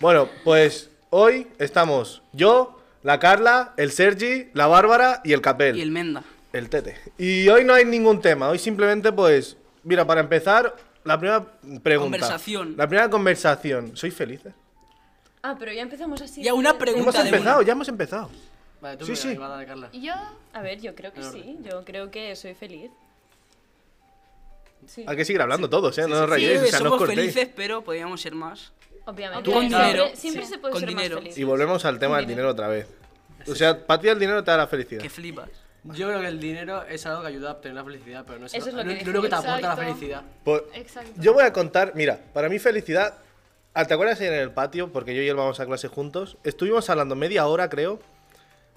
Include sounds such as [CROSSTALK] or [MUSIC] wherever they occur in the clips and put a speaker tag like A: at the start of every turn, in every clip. A: Bueno, pues hoy estamos yo, la Carla, el Sergi, la Bárbara y el Capel.
B: Y el Menda.
A: El Tete. Y hoy no hay ningún tema, hoy simplemente pues, mira, para empezar, la primera pregunta.
B: Conversación.
A: La primera conversación. ¿Sois felices?
C: Ah, pero ya empezamos así.
B: Ya una
C: de-
B: pregunta.
A: Hemos
B: de
A: empezado,
B: una.
A: ya hemos empezado.
D: Vale, tú
A: Sí,
D: sí,
A: sí.
D: sí. la de Carla.
C: Yo, a ver, yo creo que sí. Yo creo que soy feliz. Sí.
A: Hay que seguir hablando todos, ¿eh? No nos
B: Sí,
A: rayéis, o sea, no os
B: somos
A: cortéis.
B: felices, pero podríamos ser más.
C: Obviamente.
B: Con
C: siempre-
B: dinero,
C: Siempre
B: sí.
C: se puede
B: Con
C: ser
B: dinero.
C: más feliz.
A: Y volvemos al tema del dinero otra vez. O sea, para ti el dinero te da la felicidad.
B: Que flipas.
D: Yo creo que el dinero es algo que ayuda a obtener la felicidad, pero no es,
C: Eso es lo
D: no-
C: que
D: no
C: dije.
D: lo que te aporta
E: Exacto.
D: la felicidad.
A: Pues,
E: Exacto.
A: yo voy a contar, mira, para mí felicidad. Ah, ¿Te acuerdas ayer en el patio? Porque yo y él vamos a clase juntos. Estuvimos hablando media hora, creo,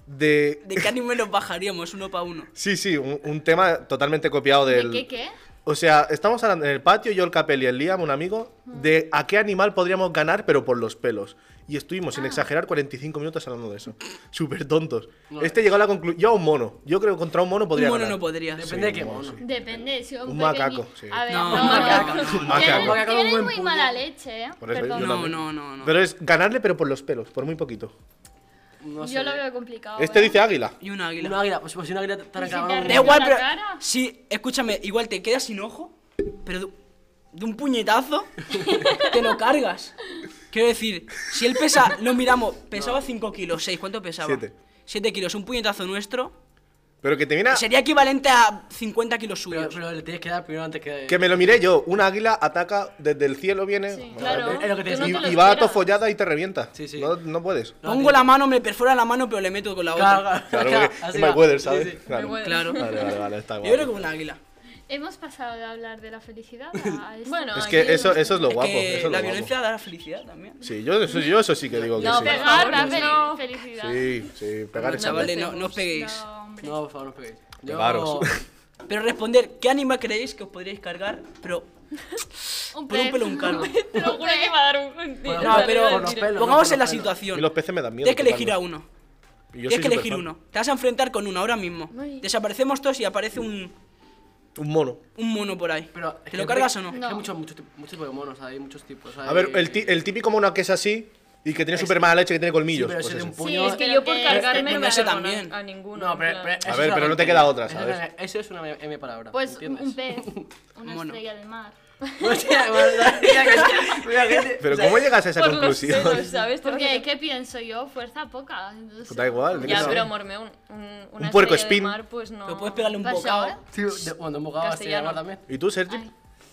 A: de.
B: ¿De qué anime nos bajaríamos uno para uno?
A: Sí, sí, un, un tema totalmente copiado
E: ¿De
A: del.
E: qué qué?
A: O sea, estamos hablando en el patio, yo, el Capel y el Liam, un amigo, de a qué animal podríamos ganar, pero por los pelos. Y estuvimos,
E: Ah.
A: sin exagerar, 45 minutos hablando de
E: [LAUGHS]
A: eso. Súper tontos.
D: No,
A: este llegó a la conclusión. Yo a un mono. Yo creo que contra un mono podría
B: un mono
A: ganar.
B: no podría. Sí.
D: Depende de qué
A: sí,
D: mono.
A: sí.
E: Depende. Si
A: Un
E: pequeñi-
A: macaco, sí.
E: A ver,
B: No,
E: no,
B: un macaco,
E: no.
B: no, un
A: macaco.
E: Tienes-
A: Un
D: macaco con
E: tienes
D: buen
E: muy
D: puño.
E: mala leche, ¿eh?
A: Por eso
E: Perdón.
A: yo
B: No,
A: también.
B: no, no, no.
A: Pero es ganarle, pero por los pelos, por muy poquito.
D: No sé.
E: Yo lo veo complicado.
A: Este
E: ¿eh?
A: dice águila.
B: Y un águila.
D: Una águila, pues pues si una águila te- te han
E: Y si te
D: acabado un-
B: Da
E: arregla-
B: igual,
E: la
B: pero.
E: cara?
B: Sí, escúchame, igual te quedas sin ojo, pero de, de un puñetazo te lo cargas. Quiero decir, si él pesa, lo miramos, pesaba 5 kilos, 6, ¿cuánto pesaba?
A: Siete.
B: 7 kilos, un puñetazo nuestro
A: Pero que te viene a-
B: sería equivalente a 50 kilos
D: Pero,
B: suyos.
D: pero le tienes que dar primero antes que.
A: Que me lo miré yo. Un águila ataca desde el cielo, viene.
E: Sí,
A: bueno,
C: Claro.
D: Es lo que te
C: tú no
A: Y,
D: digo.
C: te lo
A: y va a
C: esperas.
A: tofollada y te revienta.
D: Sí, sí.
A: No, no puedes.
D: No,
B: Pongo
D: tiene-
B: la mano, me perfora la mano, pero le meto con la otra.
D: Claro,
A: Claro,
D: claro,
A: porque
D: [LAUGHS] así
A: es my
D: va.
A: weather,
D: Sí,
A: ¿sabes?
D: sí.
A: Claro.
B: Claro.
A: Vale, vale, vale, está
B: Yo creo que
A: guapo.
B: un águila.
E: Hemos pasado de hablar de la felicidad
A: [LAUGHS]
E: a esto.
C: Bueno,
A: Es que
C: aquí
A: eso,
C: hemos
A: eso es lo
B: Es
A: guapo.
B: que
A: eso es lo
B: la
A: guapo.
B: violencia da la felicidad también.
A: Sí, yo eso, yo eso sí que digo que
C: No,
A: sí.
C: pero-
E: Pegar
C: Por
E: da
C: favor,
E: fel-
C: no.
E: felicidad.
A: Sí, sí, pegar es
B: Chavales,
A: amor.
B: no, no os peguéis.
E: No, hombre.
D: No, por favor, no os peguéis. Yo.
A: Pegaros.
B: Pero responder, ¿qué animal creéis que os podríais cargar? Pero
E: Un
B: por un
E: pez.
B: pelo un cargo.
C: Te lo juro que va a dar un- un.
D: Bueno,
B: No,
D: Por
B: pero
D: los pelos, no
B: pongamos
D: por
B: en la
A: A
D: los pelos.
A: mí
B: situación.
A: los peces me dan miedo.
B: Tienes que elegir a
A: tocarlos.
B: uno.
A: Y yo
B: Tienes que
A: soy
B: elegir
A: superfan.
B: uno. Te vas a enfrentar con uno ahora mismo.
E: Ay.
B: Desaparecemos todos y aparece un,
A: Un mono.
B: un mono por ahí.
D: [LAUGHS] Pero, es
B: ¿Te
D: que
B: lo
D: el
B: cargas
D: pe-
B: o no?
D: es que hay muchos, muchos, tip- muchos tipos de monos, hay muchos tipos.
A: A ver, el, ti-
D: tipo
A: el típico mono que es así y que tiene
D: Es-
A: súper mala leche, que tiene colmillos.
D: pero
A: pues
D: ese de
A: eso.
D: un
C: Sí,
D: puño.
C: es que yo por
E: Eh,
C: cargarme
B: eh,
C: no me
B: ese
C: agarro a-
B: también.
C: a ninguno.
D: No,
C: en
D: pero,
C: plan.
D: pero eso
A: A ver,
D: es
A: pero eh, no te
D: una-
A: queda otra,
D: eso
A: ¿sabes?
D: es una- Eso es una M- M palabra.
E: Pues
D: ¿entiendes? [LAUGHS]
E: un pez. Una
B: Mono.
E: estrella de mar.
D: Hostia, verdad, mira que- mira que-
A: Pero
D: o sea,
A: ¿cómo llegas a esa
C: Por los
A: conclusión?
C: pelos, ¿sabes?
E: Porque, ¿qué pienso yo? Fuerza poca. entonces-
A: Pues [LAUGHS] da igual,
C: Ya,
A: Sí.
C: pero morme un, un, una
A: Un puerco
C: estrella de
A: spin.
C: mar, pues no.
B: Pero puedes pegarle un
E: ¿Vas
B: bocado.
E: ahora?
D: Tío, de- bueno, un bocado así
C: Castellano.
D: también.
A: ¿Y tú, Sergi?
E: Ay,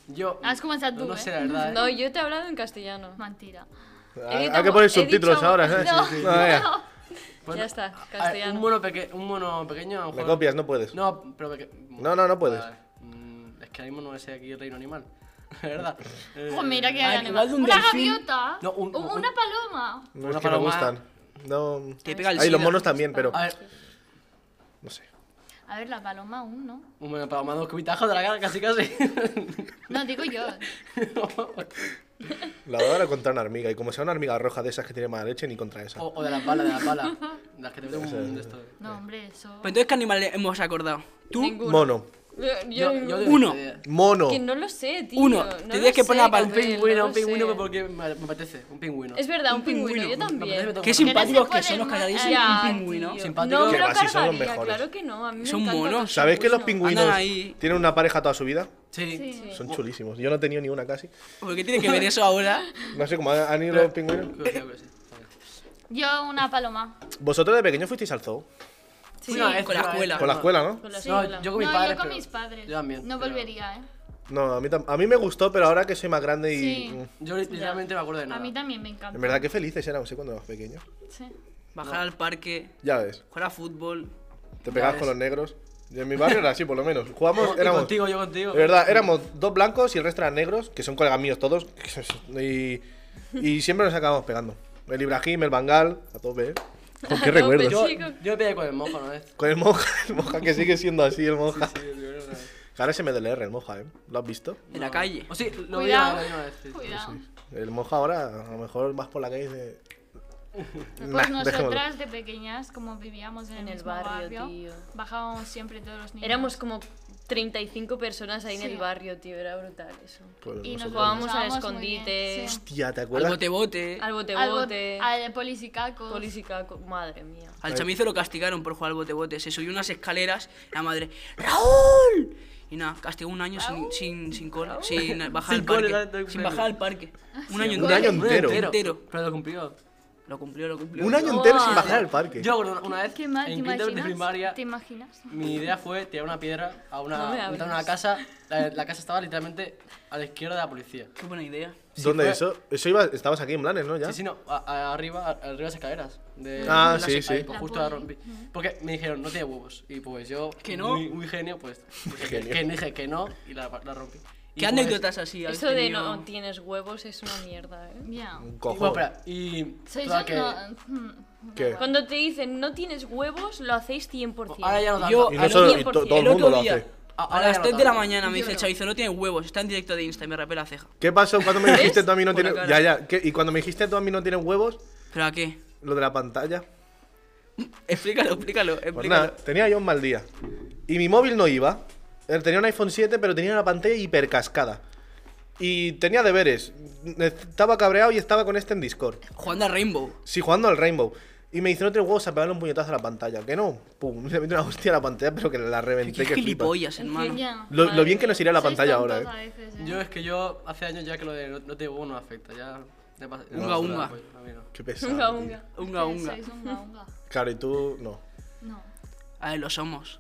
D: Yo.
E: Has comenzado
D: no,
E: tú,
D: no
E: ¿eh?
D: sé la verdad.
C: [LAUGHS]
D: ¿eh?
C: No, yo te he hablado en castellano.
E: mentira.
A: Ah,
C: dicho-
A: Hay que poner
C: he dicho-
A: subtítulos ahora, ¿sabes?
E: No.
A: Sí, sí. No,
E: [LAUGHS]
A: venga.
D: Pues-
C: ya está,
D: a- a ver,
C: castellano.
D: un, mono peque- un mono pequeño.
A: Me
D: joder.
A: copias, no puedes.
D: No, pero peque-
A: No, no, no puedes.
D: Vale. Mm, es que ahora mismo no sé aquí el reino animal. [LAUGHS] La verdad. Eh,
E: Pues mira que
B: Ay,
E: hay
B: igual de un
E: Una
B: delfín.
E: gaviota.
D: No, un-
E: O
D: un-
E: una paloma.
A: No,
D: Una
A: es que no
D: paloma.
A: gustan. No.
B: Te pega el
A: Ay, los
B: sida.
A: monos también, pero.
D: A ver,
A: No sé.
E: A ver, la paloma aún, ¿no?
D: un mono para dos cubitajos de la cara, casi casi. [LAUGHS]
E: No, digo yo.
A: La verdad era contra una hormiga. Y como sea una hormiga roja de esas que tiene mala leche, ni contra esa.
D: o, o de la pala, de la pala. Las que te meten un de esto.
E: No, hombre, eso.
B: Pues entonces, ¿qué animal hemos acordado? Tú,
C: Ninguno.
A: Mono.
C: Yo-
D: Yo,
C: yo-
D: yo de-
B: Uno.
D: de-
A: Mono.
C: que no lo sé, tío.
B: Uno.
C: No
B: Te
C: lo
B: tienes que
C: sé,
B: poner a pal-
D: Un
C: Gabriel,
D: pingüino,
C: no
D: un
C: lo sé.
D: pingüino porque me, me apetece. Un pingüino.
C: Es verdad, un,
B: Un
C: pingüino,
B: pingüino. Me
C: yo
D: me apetece, me
C: también.
D: tengo
B: qué
D: que comer.
B: simpáticos
E: se
B: que son los
E: pueden
B: cagadísimos
C: Ya,
B: un pingüino.
C: tío.
D: Simpáticos.
C: No, me
D: Que
C: lo
A: va, sí, son los
C: cargaría,
A: mejores.
C: claro que no. A mí me
B: Son
C: encanta
B: monos.
C: tocar
A: ¿Sabéis que los
C: pingüinos.
A: pingüinos
B: Andan ahí.
A: tienen una pareja toda su vida?
D: Sí.
E: Sí.
A: Son chulísimos. Yo no he tenido ni una casi.
B: ¿Por qué tiene que ver eso ahora?
A: No sé cómo han han ido los pingüinos.
D: Creo- creo que sí.
E: Yo una paloma.
A: ¿Vosotros de pequeños fuisteis al zoo?
D: Fui una vez,
B: con la
D: una vez,
B: escuela.
A: Con la escuela, ¿no?
C: Con los-
D: No,
C: con la-
D: yo con
E: No,
D: mis padres.
E: yo con
D: pero-
E: mis padres.
D: Yo también.
E: No
D: pero-
E: volvería, ¿eh?
A: No, a mí, tam- a mí me gustó, pero ahora que soy más grande y.
E: Sí.
A: mm,
D: Yo li- literalmente me acuerdo de
E: A
D: nada.
E: mí también me encanta.
A: En verdad, qué felices éramos ¿eh? cuando éramos pequeños.
E: Sí.
B: Bajar al parque,
A: Ya ves.
B: jugar a fútbol.
A: Te pegabas
D: ves.
A: con los negros. Y en mi barrio era así, por lo menos.
D: Yo-
A: Jugamos,
D: yo
A: éramos.
D: contigo, yo contigo.
A: De verdad, éramos dos blancos y el resto eran negros, que son colegas míos todos. [LAUGHS] Y, y siempre nos acabamos pegando. El Ibrahim, el Bangal, a tope, ¿eh? ¿Con qué recuerdos?
D: Yo,
C: Chico.
D: yo me pegué con el mojo una vez.
A: Con el moja, [LAUGHS] el moja que sigue siendo así, el moja.
D: Sí, yo creo que era-
A: Ahora se me DLR el moja, ¿eh? ¿Lo has visto?
B: En la calle.
D: O sí, lo vi
E: Cuidado.
D: una vez, lo vi una vez. sí.
E: Cuidado.
A: El moja ahora, a lo mejor vas por la calle y dice.
E: Pues
A: "Nah, dejémoslo".
E: nosotras de pequeñas, como vivíamos en,
C: En el
E: mismo
C: barrio, tío.
E: bajábamos siempre todos los niños.
C: Éramos como 35 personas ahí en
E: Sí.
C: el barrio, tío, era brutal eso.
A: Pues
E: Y nos
A: nosotros-
C: Jugábamos al
E: Jugábamos muy bien,
C: escondite,
E: sí.
A: Hostia, ¿te
B: Al
A: acuerdas?
B: bote-bote.
C: al bote
E: Al,
C: bote,
E: bot- al polisicacos.
C: polis y caco, madre mía.
B: Al chamizo lo castigaron por jugar al bote-bote. Se subió unas escaleras. La madre, ¡Raúl! Y nada, castigó un año sin, sin, sin cole, sin bajar
D: Sin
B: al
D: cole,
B: parque.
D: date un
B: sin
D: premio.
B: bajar al parque. Un año
A: un
B: entero.
A: año entero.
D: Pero lo cumplió.
B: Lo cumplió, lo cumplió.
A: Un año entero sin
C: Buah.
A: bajar al parque.
D: Yo, bueno, una vez
E: Qué mal, ¿te
D: en quinto de primaginas?
E: imaginas? ¿Te imaginas?
D: mi idea fue tirar una piedra a
C: No me
D: una,
C: hables.
D: a una casa. La, la casa estaba literalmente a la izquierda de la policía.
B: Qué buena idea.
A: ¿Dónde
D: fue-
A: eso? Eso iba, estabas aquí en Blanes, ¿no? Ya.
D: Sí, sí, no, a- a- arriba, a- arriba de las escaleras. De,
A: Ah,
D: de las-
A: sí,
D: ahí,
A: sí.
D: pues,
E: La
D: justo la
E: poli.
D: rompí. Porque me dijeron, no tiene huevos. Y pues yo,
B: ¿Que no?
D: muy, muy genio, pues dije
A: Genio.
D: que, dije que no y la, la rompí. Y
B: ¿Qué
D: pues-
B: anécdotas así habéis
C: Eso de
B: tenido?
C: no tienes huevos es una mierda, ¿eh?
E: Ya.
A: Un
D: Y,
A: cojón.
D: bueno, espera, y
E: Soy
D: toda
E: yo,
D: que-
E: no. mm,
A: ¿Qué?
C: Cuando te dicen no tienes huevos, lo hacéis 100%.
D: Ahora ya no tanto.
B: Yo-
A: Y
B: al
A: no solo, y
C: otro-
A: to- todo el
B: otro
A: mundo lo
B: día,
A: hace.
D: A-
B: A,
D: ahora
B: las
D: ya no
B: 3 de la
D: tanto.
B: mañana me
E: Yo
B: dice el
E: no.
B: chavizo, no tiene huevos, está en directo de Insta y me rapé la ceja.
A: ¿Qué pasó cuando me dijiste tú a mí no
B: Por la
A: tienes... Ya,
B: cara.
A: ya. ¿Qué? Y cuando me dijiste tú a mí no tienes huevos,
B: ¿Pero a qué?
A: lo de la pantalla.
B: Explícalo, explícalo,
A: Pues
B: explícalo.
A: nada, tenía yo un mal día. Y mi móvil no iba. Eh, Tenía un iPhone 7, pero tenía una pantalla hipercascada. Y tenía deberes. Estaba cabreado y estaba con este en Discord.
B: Jugando a Rainbow.
A: Sí, jugando al Rainbow. Y me dice, no tienes huevos a pegarle un puñetazo a la pantalla. Que no, pum, [LAUGHS] le metí una hostia a la pantalla, pero que la reventé.
B: Qué
A: Que flipa.
B: gilipollas, hermano.
E: Ya.
A: Lo, lo
C: Madre
A: bien que nos iría la pantalla ahora, eh.
D: Yo es que yo hace años ya que lo de no, no te huevo no afecta, ya... ya pasa-
A: Unga,
D: no,
B: unga.
D: no, pues, a mí no.
B: [LAUGHS]
A: Qué pesado.
C: Unga,
A: tío.
C: unga.
B: Unga, unga.
E: Sois unga, unga.
A: Claro, y tú no.
E: No.
B: A ver, lo somos.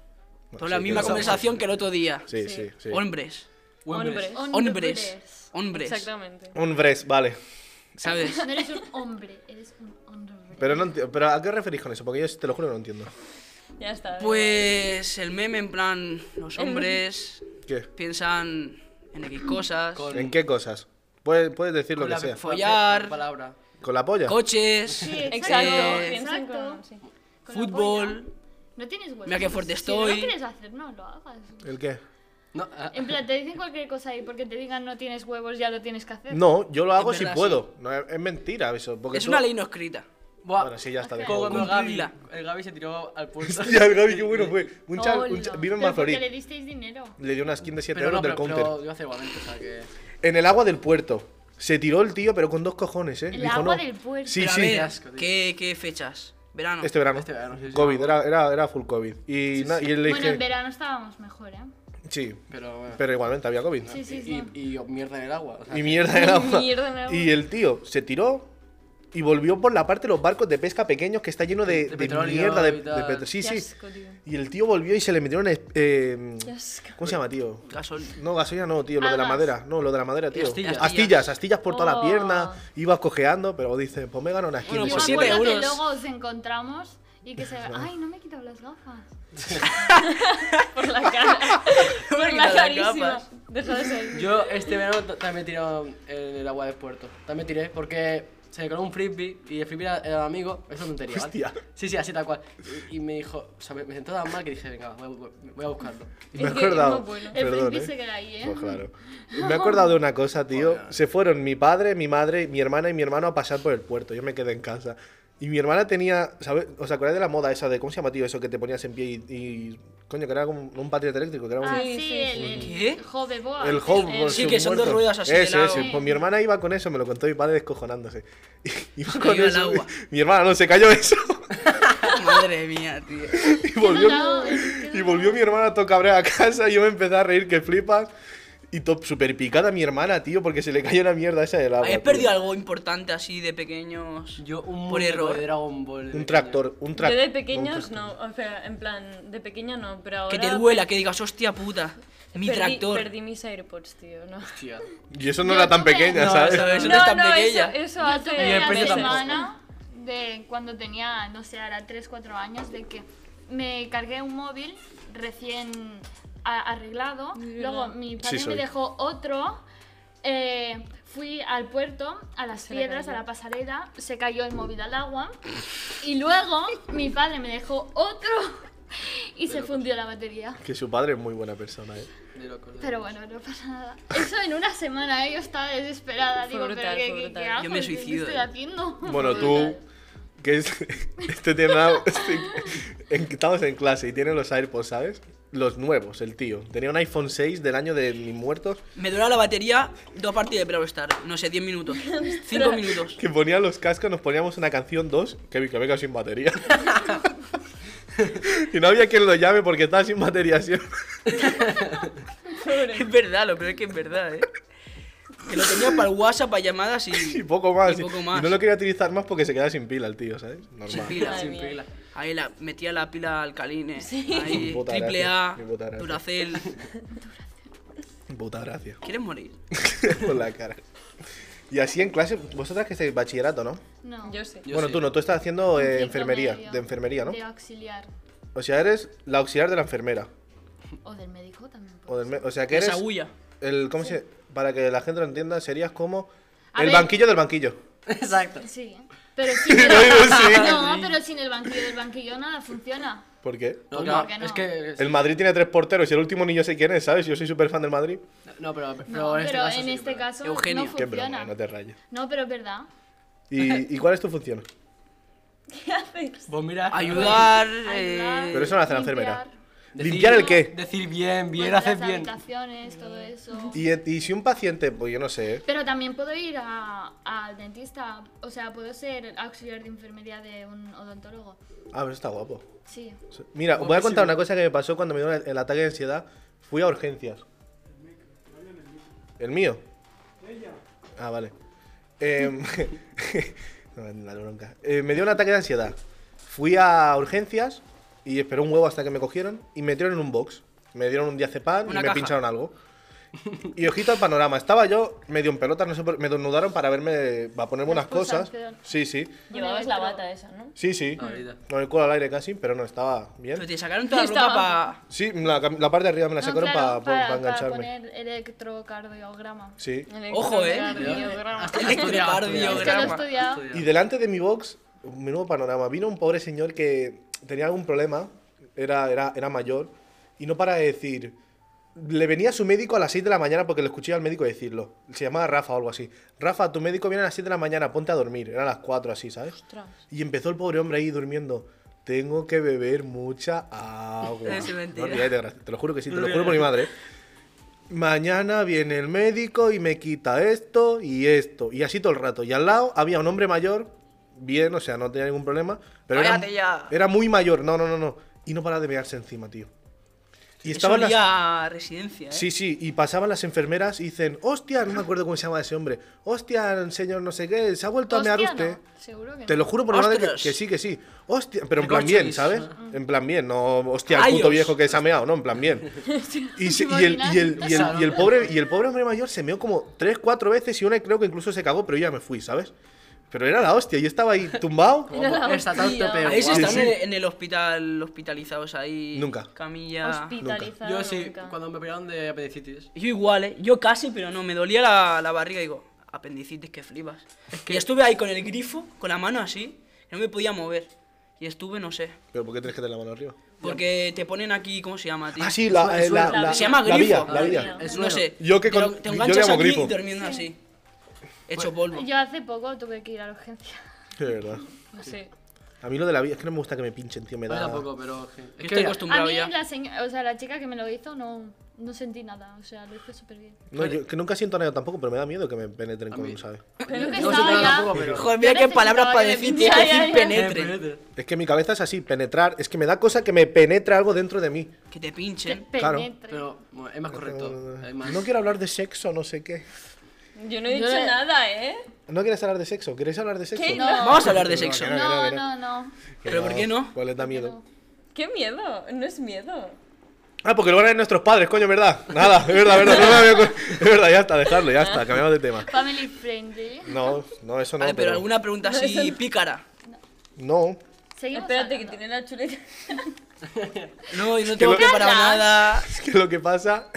A: Bueno,
B: Toda
A: sí,
B: la
A: que
B: misma
A: lo
B: conversación que el otro día.
A: Sí, sí, sí.
B: Hombres.
D: Hombres.
C: Hombres.
B: Hombres. Hombres.
C: Exactamente.
A: Hombres, vale.
B: ¿Sabes?
E: No eres un hombre, eres un hombre.
A: Pero, no enti- pero ¿a qué referís con eso? Porque yo te lo juro que no entiendo.
C: Ya está.
B: Pues el meme en plan, los hombres
A: ¿Qué?
B: piensan en X cosas,
D: Con-
A: ¿En qué cosas? Puedes, puedes decir lo
D: Con
A: que
D: la-
A: sea.
B: Follar.
D: con Palabra.
A: ¿Con la polla?
B: coches,
C: Exacto.
B: Eh,
C: piensen
E: exacto.
C: con- sí.
E: Con la
B: fútbol.
E: polla. No tienes huevos.
B: Mira qué fuerte
E: Si no
B: estoy.
E: lo quieres hacer, no lo hagas.
A: ¿El qué?
D: No, ah,
E: En plan, te dicen cualquier cosa ahí porque te digan no tienes huevos, ya lo tienes que hacer.
A: No, yo lo hago
B: Es
A: si
B: verdad,
A: puedo. No, es, es mentira eso. Porque
B: Es
A: tú-
B: una ley no escrita.
D: ah, buah,
A: Bueno, sí, ya está.
D: como
A: [LAUGHS] Como
D: cuando el Gaby,
B: Cumplila.
D: el Gaby se tiró
A: [LAUGHS]
D: al puerto.
A: Hostia, el Gaby, qué bueno fue. Un chaval,
C: Hola.
A: un cha- vive en
E: Pero porque
A: Manflorín.
E: le disteis dinero.
A: Le dio una skin de 7
D: Pero no,
A: euros
D: pero,
A: del counter.
D: pero yo hace igualmente, o sea que...
A: En el agua del puerto. Se tiró el tío, pero con dos cojones, ¿eh?
E: El
A: Dijo,
E: agua
A: no.
E: del puerto.
A: Sí,
B: Pero a
A: sí.
B: ver,
D: asco, tío.
B: ¿qué, qué fechas? Verano.
A: Este verano.
D: Este verano, sí, sí.
A: COVID, era, era, era full COVID. Y, na- y él le
E: Bueno,
A: dije.
E: en verano estábamos mejor, ¿eh?
B: Ah,
A: sí,
D: Pero bueno.
A: pero igualmente había COVID.
E: Sí, sí, sí.
D: y, y, y mierda en el agua. O sea,
A: Y mierda en el agua.
C: Mierda en el agua.
A: Y el tío se tiró y volvió por la parte de los barcos de pesca pequeños que está lleno de,
D: De
A: de
D: petróleo
A: mierda. De,
D: y tal.
A: de petro- Sí,
C: Qué
A: sí.
C: asco, tío.
A: Y el tío volvió y se le metieron. es- eh,
C: Qué asco.
A: ¿Cómo se llama, tío?
B: Gasol. [LAUGHS]
A: No, gasolina no, tío, lo de la
E: Algas.
A: madera. No, lo de la madera, tío.
B: Astillas.
A: Astillas, astillas, por toda la
C: Oh.
A: pierna. Ibas cojeando, pero dices, pues me gano una skin.
B: Bueno,
A: de
E: Yo
B: por
E: me
A: ese
B: siete
A: tío.
E: acuerdo
B: euros.
E: que luego os encontramos y
A: [LAUGHS]
E: que se... Ay, no me he quitado las gafas.
C: Por la
B: [LAUGHS]
C: cara. Por la
B: las
C: carísima.
B: gafas.
C: Deja de ser.
D: Yo este verano t- también tiré en el agua del puerto. También tiré porque se me coló un frisbee y el frisbee era, era amigo. Eso es tontería, ¿vale?
A: Hostia.
D: Sí, sí, así tal cual. Y, y me dijo, o sea, me, me sentó tan mal que dije, venga, voy a, bu- voy a buscarlo.
A: Me he
C: Es que
A: acordado.
C: no, bueno.
E: El
A: Perdón,
E: frisbee
A: eh.
E: se queda ahí, ¿eh?
A: Pues
E: [LAUGHS]
A: claro. Me he acordado de una cosa, tío. Se fueron mi padre, mi madre, mi hermana y mi hermano a pasar por el puerto. Yo me quedé en casa. Y mi hermana tenía, ¿sabes? ¿Os acordáis de la moda esa de cómo se llama, tío? Eso que te ponías en pie y, y- coño, que era como un patinete eléctrico, que era un-
E: Ah,
C: Sí,
E: sí,
C: sí,
E: el, el
B: ¿Qué?
E: Jove Boa.
A: El home
B: sí, que son dos ruedas así de
A: Eso,
B: lado.
A: eso. Pues mi hermana iba con eso, me lo contó mi padre descojonándose. [LAUGHS] Iba con
B: cayó al
A: eso.
B: agua.
A: Mi hermana no se cayó eso. [LAUGHS]
B: Madre mía,
A: Ah,
B: tío.
A: Y volvió,
E: dudado, qué
A: [LAUGHS] y volvió mi hermana todo cabreada a casa y yo me empecé a reír que flipas. Y top super picada mi hermana, tío, porque se le cayó la mierda esa del agua.
B: ¿Habéis
A: tío.
B: perdido algo importante así de pequeños?
D: Yo un
B: Por
D: muñeco
B: error.
D: de Dragon Ball. de
A: Un
D: pequeño.
A: tractor, un
C: Yo
A: tractor.
C: de pequeños no, o sea, en plan, de pequeña no, pero ahora...
B: Que te duela, que digas, hostia puta, mi
C: perdí-
B: tractor.
C: Perdí mis AirPods, tío, no.
D: Hostia.
A: Y eso no
E: Yo
A: era tan
E: tuve-
A: pequeña,
B: No,
A: ¿sabes?
B: eso- eso no es tan pequeña.
C: eso, eso
E: Yo
C: hace...
D: [LAUGHS]
E: tuve
D: Y el
E: la
D: precio tampoco.
E: semana de cuando tenía, no sé, ahora 3, 4 años, de que me cargué un móvil recién a- arreglado, luego mi padre
A: soy.
E: me dejó otro, eh, fui al puerto, a las
C: le
E: piedras, a
C: cayó.
E: la pasarela, se cayó el móvil al agua y luego mi padre me dejó otro y se fundió la batería.
A: Que su padre es muy buena persona,
C: [LAUGHS]
A: ¿eh?
D: De locos. de
E: Pero
D: locos.
E: bueno, no pasa nada. Eso en una semana, ¿eh? yo estaba desesperada.
C: Fue
E: Digo,
C: brutal,
E: ¿pero qué,
C: fue
E: qué-
C: brutal.
E: qué hago?
B: Yo me
E: ¿Qué-
B: suicido,
E: ¿Qué
B: eh.
E: estoy haciendo? [LAUGHS]
A: Bueno, tú, [LAUGHS] que es- este tema, este- en- estamos en clase y tiene los AirPods, ¿sabes? los nuevos, el tío. Tenía un iPhone 6 del año de mis muertos
B: Me dura la batería dos partidas de Brawl Stars. No sé, 10 [LAUGHS] minutos. 5 minutos.
A: que ponía los cascos, nos poníamos una canción dos que, que venga sin
B: [LAUGHS]
A: batería. y no había quien lo llame porque estaba sin batería siempre.
B: Es verdad, lo peor es que es verdad, eh. Que lo tenía para el WhatsApp, para
A: [LAUGHS]
B: llamadas y.
A: Y poco más.
B: Y poco más.
A: no lo quería utilizar más porque se quedaba sin pila el tío, ¿sabes? Normal.
B: Sin pila.
C: Madre
D: Sin
C: mía.
D: pila.
B: Ahí la, metía la pila alcaline.
A: Mi
B: [LAUGHS] Ahí,
A: puta
B: triple
A: gracia,
B: A,
A: mi puta gracia.
B: Duracel.
A: Puta gracia. [LAUGHS]
B: ¿Quieres morir?
A: Por la cara. Y así en clase, vosotras que estáis bachillerato, ¿no?
E: No.
C: Yo sé.
D: Yo
A: bueno,
D: sí.
A: tú no, tú estás haciendo eh,
E: Ciclo
A: enfermería,
E: medio.
A: de enfermería, ¿no?
E: De auxiliar.
A: O sea, eres la auxiliar de la enfermera. O
E: O del médico también.
A: del me- o sea, que eres
B: Esa huya.
A: el ¿cómo se para que la gente lo entienda, serías como
E: A
A: el
E: ver.
A: banquillo del banquillo.
D: Exacto.
E: Sí, ¿eh? pero sin el
A: No, yo sí.
E: No, pero sin el banquillo del banquillo nada funciona.
A: ¿Por qué?
D: No,
E: ¿Cómo
D: claro,
E: que no?
D: es que.
A: El Madrid tiene tres porteros y el último niño sé quién es, ¿sabes? Yo soy súper fan del Madrid.
D: No, pero, pero
E: No,
D: en este
E: pero
D: caso.
E: en
D: sí,
E: este
D: pero-
E: caso
B: Eugenio.
E: no
A: Qué broma,
E: funciona.
A: no te rayes.
E: No, pero es verdad.
A: ¿Y, y cuál es tu función?
C: ¿Qué haces?
D: Vos mira.
B: Ayudar.
E: Ayudar,
B: eh,
A: Pero eso no hace la
E: limpiar,
A: enfermera.
D: decir-
A: ¿Limpiar el qué?
D: Decir bien, bien,
E: pues,
D: haces
E: las
D: bien.
E: habitaciones, todo eso.
A: Y, y si un paciente, pues yo no sé, ¿eh?
E: Pero también puedo ir a- al dentista, o sea, puedo ser auxiliar de enfermería de un odontólogo.
A: Ah, pero está guapo.
E: Sí.
A: Mira, os voy a contar una cosa que me pasó cuando me dio el ataque de ansiedad. Fui a urgencias. ¿El mío? Ah, vale. Em, [LAUGHS] no, la bronca. Eh, me dio un ataque de ansiedad. Fui a urgencias y esperé un huevo hasta que me cogieron y me metieron en un box. Me dieron un diazepam y
B: Una
A: me
B: caja.
A: pincharon
B: [LAUGHS]
A: algo. Y ojito al panorama. Estaba yo medio en pelotas, no sé por- me desnudaron para verme, para ponerme
E: Las
A: unas cosas.
E: pulsaciones.
A: Sí, sí.
C: Llevabas la bata esa, ¿no?
A: Sí, sí.
D: Ahorita.
A: Con el culo al aire casi, pero no, estaba bien.
B: Pero te sacaron toda la ropa
E: Estaba-
B: para.
A: Sí, la, cam- la parte de arriba me la
E: No,
A: sacaron
E: claro,
A: pa- pa- pa
E: para
A: engancharme.
E: poner electrocardiograma.
A: Sí.
B: Ojo, eh.
C: Electrocardiograma.
D: Hasta estudiado,
E: Es que lo he
B: Electrocardiograma.
E: estudiado.
A: Y delante de mi box, un menudo panorama, vino un pobre señor que tenía algún problema, era, era, era mayor, y no para de decir. Le venía su médico a las 6 de la mañana porque le escuché al médico decirlo. Se llamaba Rafa o algo así. Rafa, tu médico viene a las 7 de la mañana, ponte a dormir. Eran las 4 así, ¿sabes?
C: Ostras.
A: Y empezó el pobre hombre ahí durmiendo. Tengo que beber mucha agua.
B: Eso es mentira.
A: No, tía, te, gra- te lo juro que sí, te lo juro por mi madre. Mañana viene el médico y me quita esto y esto. Y así todo el rato. Y al lado había un hombre mayor, bien, o sea, no tenía ningún problema. Pero era,
B: Cállate ya.
A: era muy mayor, no, no, no, no. Y no paraba de mearse encima, tío. Y
B: Eso
A: estaban las-
B: olía a residencia, eh.
A: Sí, sí, y pasaban las enfermeras y dicen, hostia, no me acuerdo cómo se llama ese hombre. Hostia, señor no sé qué, se ha vuelto a mear
E: Hostia,
A: usted.
E: no, seguro que
A: Te
E: no.
A: lo juro por mi madre que,
B: ¡Ostras!
A: que sí, que sí. Hostia, pero en
D: Me
A: plan bien,
D: corchis.
A: ¿sabes? En plan bien, no hostia, el
B: ¡Ay,
A: puto
B: Dios!
A: viejo que se ha meado, no, en plan bien. Y, se- y el, y, el, y, el, y el pobre, y el pobre hombre mayor se meó como tres, cuatro veces y una creo que incluso se cagó, pero yo ya me fui, ¿sabes? Pero era la hostia, yo estaba ahí tumbado.
C: Era la
D: Está tanto
C: hostia.
D: peor.
B: Ahí se
A: Sí,
B: Ah, están
A: sí.
B: en, en el hospital, hospitalizados ahí.
A: Nunca.
B: Camilla.
C: Hospitalizado.
D: Yo sí,
C: nunca.
D: cuando me operaron de apendicitis.
B: Yo igual, ¿eh? Yo casi, pero no, me dolía la, la barriga. Digo, apendicitis, que flipas. Y estuve ahí con el grifo, con la mano así, que no me podía mover. Y estuve, no sé.
A: ¿Pero por qué tienes que tener la mano arriba?
B: Porque te ponen aquí, ¿cómo se llama, tío?
A: Ah, sí, la, eh, la,
C: suena.
A: la-
B: Se llama
A: la
B: grifo.
A: vía, la vía.
D: Es
B: no
D: bueno.
B: sé.
A: Yo que
B: Te lo-
A: con-
B: te
A: yo le
B: enganchas
A: llamo
B: aquí
A: grifo.
B: y durmiendo así. Hecho polvo.
E: Yo hace poco tuve que ir a la urgencia.
A: Sí, de verdad.
C: No sé.
A: A mí lo de la vía es que no me gusta que me pinchen, tío, me
D: Yo
A: da...
D: tampoco, pero. Es que
B: estoy
D: mira,
E: A
B: acostumbrado
E: mí
B: ya.
E: la, seño- o sea, la chica que me lo hizo no, no sentí nada, o sea, lo hizo súper bien.
A: No, yo que nunca siento nada tampoco, pero me da miedo que me penetren
D: A
A: con,
D: mí-
A: ¿sabes?
E: Pero que
D: no sé
E: estaba
D: nada
E: ya...
D: tampoco, pero.
B: Joder, mira
E: Yo
B: qué palabras
E: necesitaba
B: para
E: que
B: decir
E: me
B: tío,
E: pinchara,
B: decir
E: ya, ya.
B: penetre.
A: Es que mi cabeza es así, penetrar, es que me da cosa que me penetra algo dentro de mí.
B: Que te
E: que
B: pinchen.
A: Claro.
E: penetre.
D: Pero bueno, es más correcto. Es más.
A: No quiero hablar de sexo, no sé qué.
C: Yo no he dicho
E: le-
C: nada, ¿eh.
A: ¿No quieres hablar de sexo? ¿Queréis hablar de sexo?
C: ¿Qué?
E: No.
B: Vamos a hablar de sexo.
A: que no,
E: No,
A: que
E: no,
A: no.
E: no.
B: ¿Pero por qué no?
A: Pues les da miedo.
C: Qué miedo. No es miedo.
A: Ah, porque lo van a ver nuestros padres, coño, ¿verdad? Nada, es verdad, es verdad. no me había acu- es verdad, ya está, dejarlo, ya está, cambiamos de tema.
E: Family friendly.
A: No, no, eso no.
B: Vale, Ah, pero alguna pregunta
E: [LAUGHS]
B: así pícara.
A: No.
E: Seguimos
C: Espérate, que
E: hablando.
C: tiene la chuleta.
B: No, yo no tengo
A: lo-
B: preparado nada.
A: Es que lo que pasa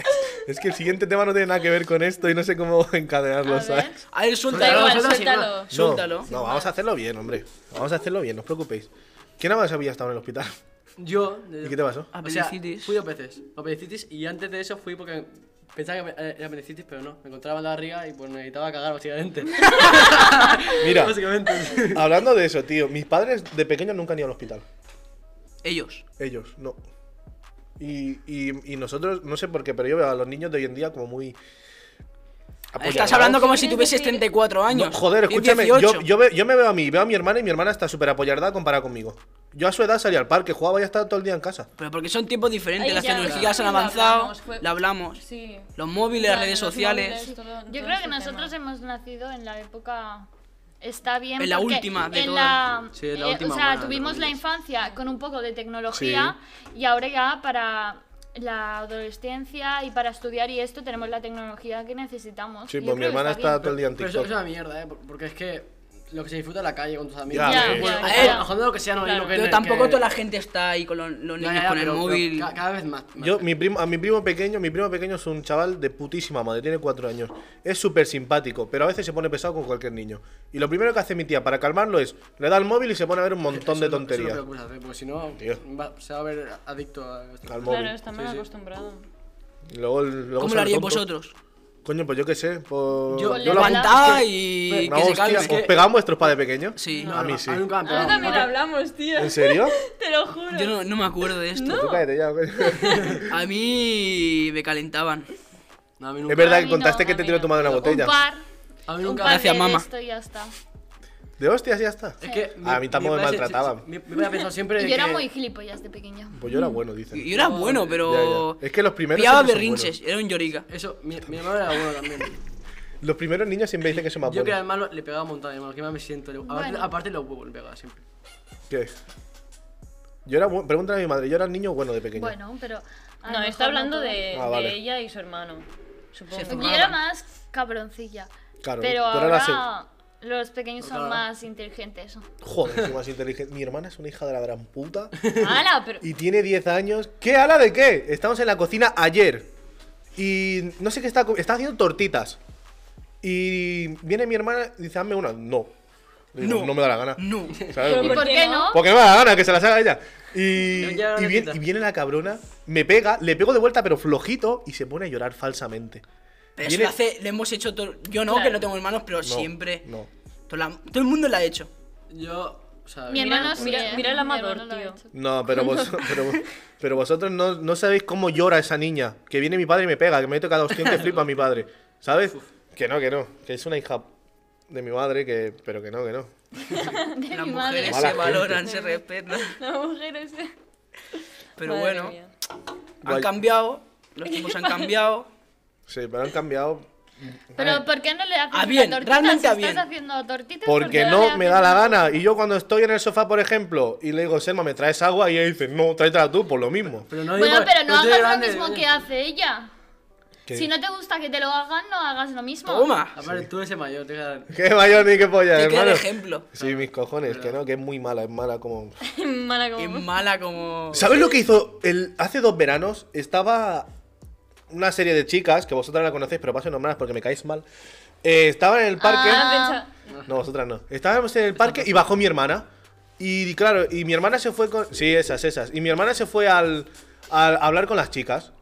A: es que el siguiente tema no tiene nada que ver con esto y no sé cómo [LAUGHS] encadenarlo,
E: A ver.
A: ¿sabes?
B: A ver,
C: Da
B: suéltalo.
C: igual,
D: suéltalo,
C: suéltalo.
A: No,
B: Suéltalo.
A: No, vamos a hacerlo bien, hombre. Vamos a hacerlo bien, no os preocupéis. ¿Quién más había estado en el hospital?
D: Yo. eh,
A: ¿Y qué te
B: [LAUGHS]
A: pasó?
D: O sea,
B: Apendicitis.
D: fui dos veces. Apendicitis y antes de eso fui porque pensaba que era apendicitis, pero no. Me encontraba en la barriga y pues necesitaba cagar, básicamente.
A: Mira,
D: [LAUGHS] básicamente.
A: hablando de eso, tío, mis padres de pequeños nunca han ido al hospital.
B: Ellos.
A: Ellos, no. Y, y- y nosotros, no sé por qué, pero yo veo a los niños de hoy en día como muy.
B: Estás hablando como si
C: ¿Quieres
B: tuvieses
C: decir-
B: 34 años.
A: No, joder,
B: Tienes
A: escúchame, yo,
B: 18.
A: yo, ve- yo me veo a mí, veo a mi hermana y mi hermana está súper apoyardada comparada conmigo. Yo a su edad salía al parque, jugaba y estaba todo el día en casa.
B: Pero porque son tiempos diferentes,
C: Ahí
B: las
C: ya,
B: tecnologías
C: sí,
B: han
C: lo
B: avanzado,
C: hablamos, fue-
B: lo hablamos.
C: Sí.
B: Los móviles, las
C: Claro,
B: redes
C: los
B: sociales.
C: móviles, todo-
E: Yo
C: todo
E: creo que
C: este
E: nosotros
C: tema.
E: hemos nacido en la época. Está bien.
B: En la
E: porque
B: última de
E: en
B: todas.
E: la,
D: Sí, en la
E: eh,
D: última
E: O sea,
D: buena, entre
E: tuvimos la
D: comillas.
E: infancia con un poco de tecnología y ahora ya para la adolescencia y para estudiar y esto tenemos la tecnología que necesitamos.
A: Sí,
E: Yo
A: pues mi
E: creo que
A: hermana está
E: bien.
A: todo el día en
D: Pero eso
A: TikTok.
D: es una mierda, ¿eh? por- Porque es que lo que se disfruta en la calle con tus amigos.
A: Ya,
E: Ya,
A: ves.
E: ya,
D: A
E: ya.
D: ver, a joder, lo que sea, no hay
C: Claro.
D: lo que
B: Pero
D: que-
B: tampoco toda la gente está ahí con los, los
D: Ya,
B: niños
D: ya,
B: con el
D: pero- pero
B: móvil.
D: ca- Cada vez más. más.
A: Yo, mi primo, a mi primo pequeño, mi primo pequeño es un chaval de putísima madre, tiene cuatro años. Es súper simpático, pero a veces se pone pesado con cualquier niño. Y lo primero que hace mi tía para calmarlo es, le da el móvil y se pone a ver un montón de
D: Eso es lo- eso es
A: tonterías.
D: lo que procuras hacer, porque si no,
A: Tío.
D: va- se va a ver adicto a esto.
A: Al
C: Claro,
A: móvil.
C: está mal
D: Sí, sí.
C: acostumbrado.
A: Y Luego, el- luego
B: ¿Cómo
A: se
B: lo haríais
A: tonto.
B: vosotros?
A: Coño, pues yo qué sé. Pues...
D: Yo-
A: yo
E: Yo
A: lo
E: la-
B: Aguantaba
D: es que-
B: y
A: Una
B: que se
A: hostia,
B: calme.
A: ¿Os pegaban vuestros padres pequeños?
B: Sí.
D: No,
A: a mí
D: no,
A: sí.
D: A mí nunca
C: A mí
D: me han pegado.
C: también hablamos, tío.
A: ¿En
B: [LAUGHS]
A: serio?
C: [LAUGHS] Te lo juro.
B: Yo no, no me acuerdo de esto.
A: Pues tú cállate ya, coño. [LAUGHS]
B: A mí me calentaban.
D: No, a mí nunca.
A: Es verdad
E: A
A: que
E: mí
A: contaste
E: no,
A: que
E: a
A: te
E: mí
A: tiró
E: no.
A: tu madre una botella.
E: Un par.
D: A mí
E: Un
D: nunca.
E: par
B: Gracias,
E: de
B: mamá.
E: esto y ya está.
A: De hostias ya está.
D: Es que
A: A mí tampoco me
D: padre se-
A: maltrataban.
D: Mi, mi padre pensó siempre de
E: Y yo era
D: que-
E: muy gilipollas de pequeño.
A: Pues yo era bueno, dicen.
B: Y yo era bueno, pero.
A: Ya, ya. Es que los primeros
B: Pillaba
A: siempre son
B: berrinches, era un llorica.
D: Eso, mi, mi hermano era bueno
A: [LAUGHS]
D: también.
A: Los primeros niños siempre dicen que son más
D: Yo que era el
A: buenos.
D: malo, le pegaba un montón a mi hermano, que más me siento. le- aparte,
E: Bueno.
D: aparte los huevos le pegaba siempre.
A: ¿Qué? Yo era bueno. Pregúntale a mi madre, yo era niño bueno de pequeño.
E: Bueno, pero. a lo
C: Ah, No,
E: mejor
C: está hablando
E: todo.
C: de,
A: Ah,
C: de
A: vale.
C: ella y su hermano. Supongo.
B: Se-
E: Yo era más cabroncilla.
A: Claro,
E: pero
A: tú eras
E: ahora los pequeños son
D: Claro.
E: más inteligentes.
A: Joder, soy más inteligente. Mi hermana es una hija de la gran puta
C: ¡Hala! Pero...
A: y tiene 10 años. ¿Qué ala de qué? Estamos en la cocina ayer y no sé qué está co- está haciendo tortitas. Y viene mi hermana y dice, "Hazme una." No. Le digo,
B: No.
A: no me da la gana.
B: No.
A: ¿Sabes?
C: Pero
E: ¿Y
A: Porque-
E: por qué no?
A: Porque me da la gana que se las haga ella.
D: Yo
A: Y,
D: ya
A: y
D: la
A: viene,
D: quita.
A: y viene la cabrona, me pega, le pego de vuelta, pero flojito, y se pone a llorar falsamente.
B: Pero eso
A: Viene-
B: lo, hace, lo hemos hecho todo. Yo no,
C: Claro.
B: que no tengo hermanos, pero
A: No,
B: siempre.
A: No.
B: Todo, la- todo el mundo lo ha hecho.
D: Yo, o sea.
E: Mi
D: yo-
E: hermano sí.
C: mira-
E: ¿eh?
C: mira el
E: Mi
C: amador,
E: hermano lo ha
C: tío.
E: hecho.
A: No, pero, vos- [LAUGHS] pero, pero vosotros no, no sabéis cómo llora esa niña. Que viene mi padre y me pega, que me meto cada hostia que flipa a mi padre. ¿Sabes? Que no, que no. Que es una hija de mi madre, que, pero que no, que no.
B: Las
E: De [LAUGHS] mi madre.
B: mujeres
A: Mala
B: se
A: gente.
B: valoran, se
C: [LAUGHS]
B: respetan.
C: No, mujeres.
B: Pero
C: Madre
B: bueno,
C: mía.
B: han
A: Guay.
B: cambiado, los tiempos han
C: [LAUGHS]
B: cambiado.
A: Sí, pero han cambiado.
E: Pero ¿por qué no le haces
B: Ah, bien,
E: una tortita?
B: realmente
E: Si
B: a bien.
E: estás haciendo tortitas, ¿por
A: Porque
E: qué
A: no
E: le
A: me
E: haces
A: da la
E: una?
A: gana. Y yo cuando estoy en el sofá, por ejemplo, y le digo, Selma, ¿me traes agua? Y ella dice, no, tráetela tú, por lo mismo.
D: Pero no eh.
E: Bueno,
D: digo-
E: pero no
D: estoy
E: hagas lo
D: grande,
E: mismo
D: oye.
E: que hace ella.
A: ¿Qué? [LAUGHS]
E: Si no te gusta que te lo hagan, no hagas lo mismo. [LAUGHS]
B: Toma,
D: Aparte, tú eres el mayor, te quedas-
A: Qué mayor ni qué polla,
B: te queda el
A: hermano.
B: ejemplo.
A: Sí, mis cojones, que no, que es muy mala, es mala como...
C: Mala
B: Es
C: como.
B: mala como.
A: ¿Sabes lo que hizo? El, hace dos veranos estaba una serie de chicas, que vosotras la conocéis, pero paso a nombrarlas porque me caéis mal. Eh, estaban en el parque...
C: Ah,
A: No, vosotras no. Estábamos en el parque y bajó mi hermana. Y claro, y mi hermana se fue con... Sí, esas, esas. Y mi hermana se fue al, al hablar con las chicas.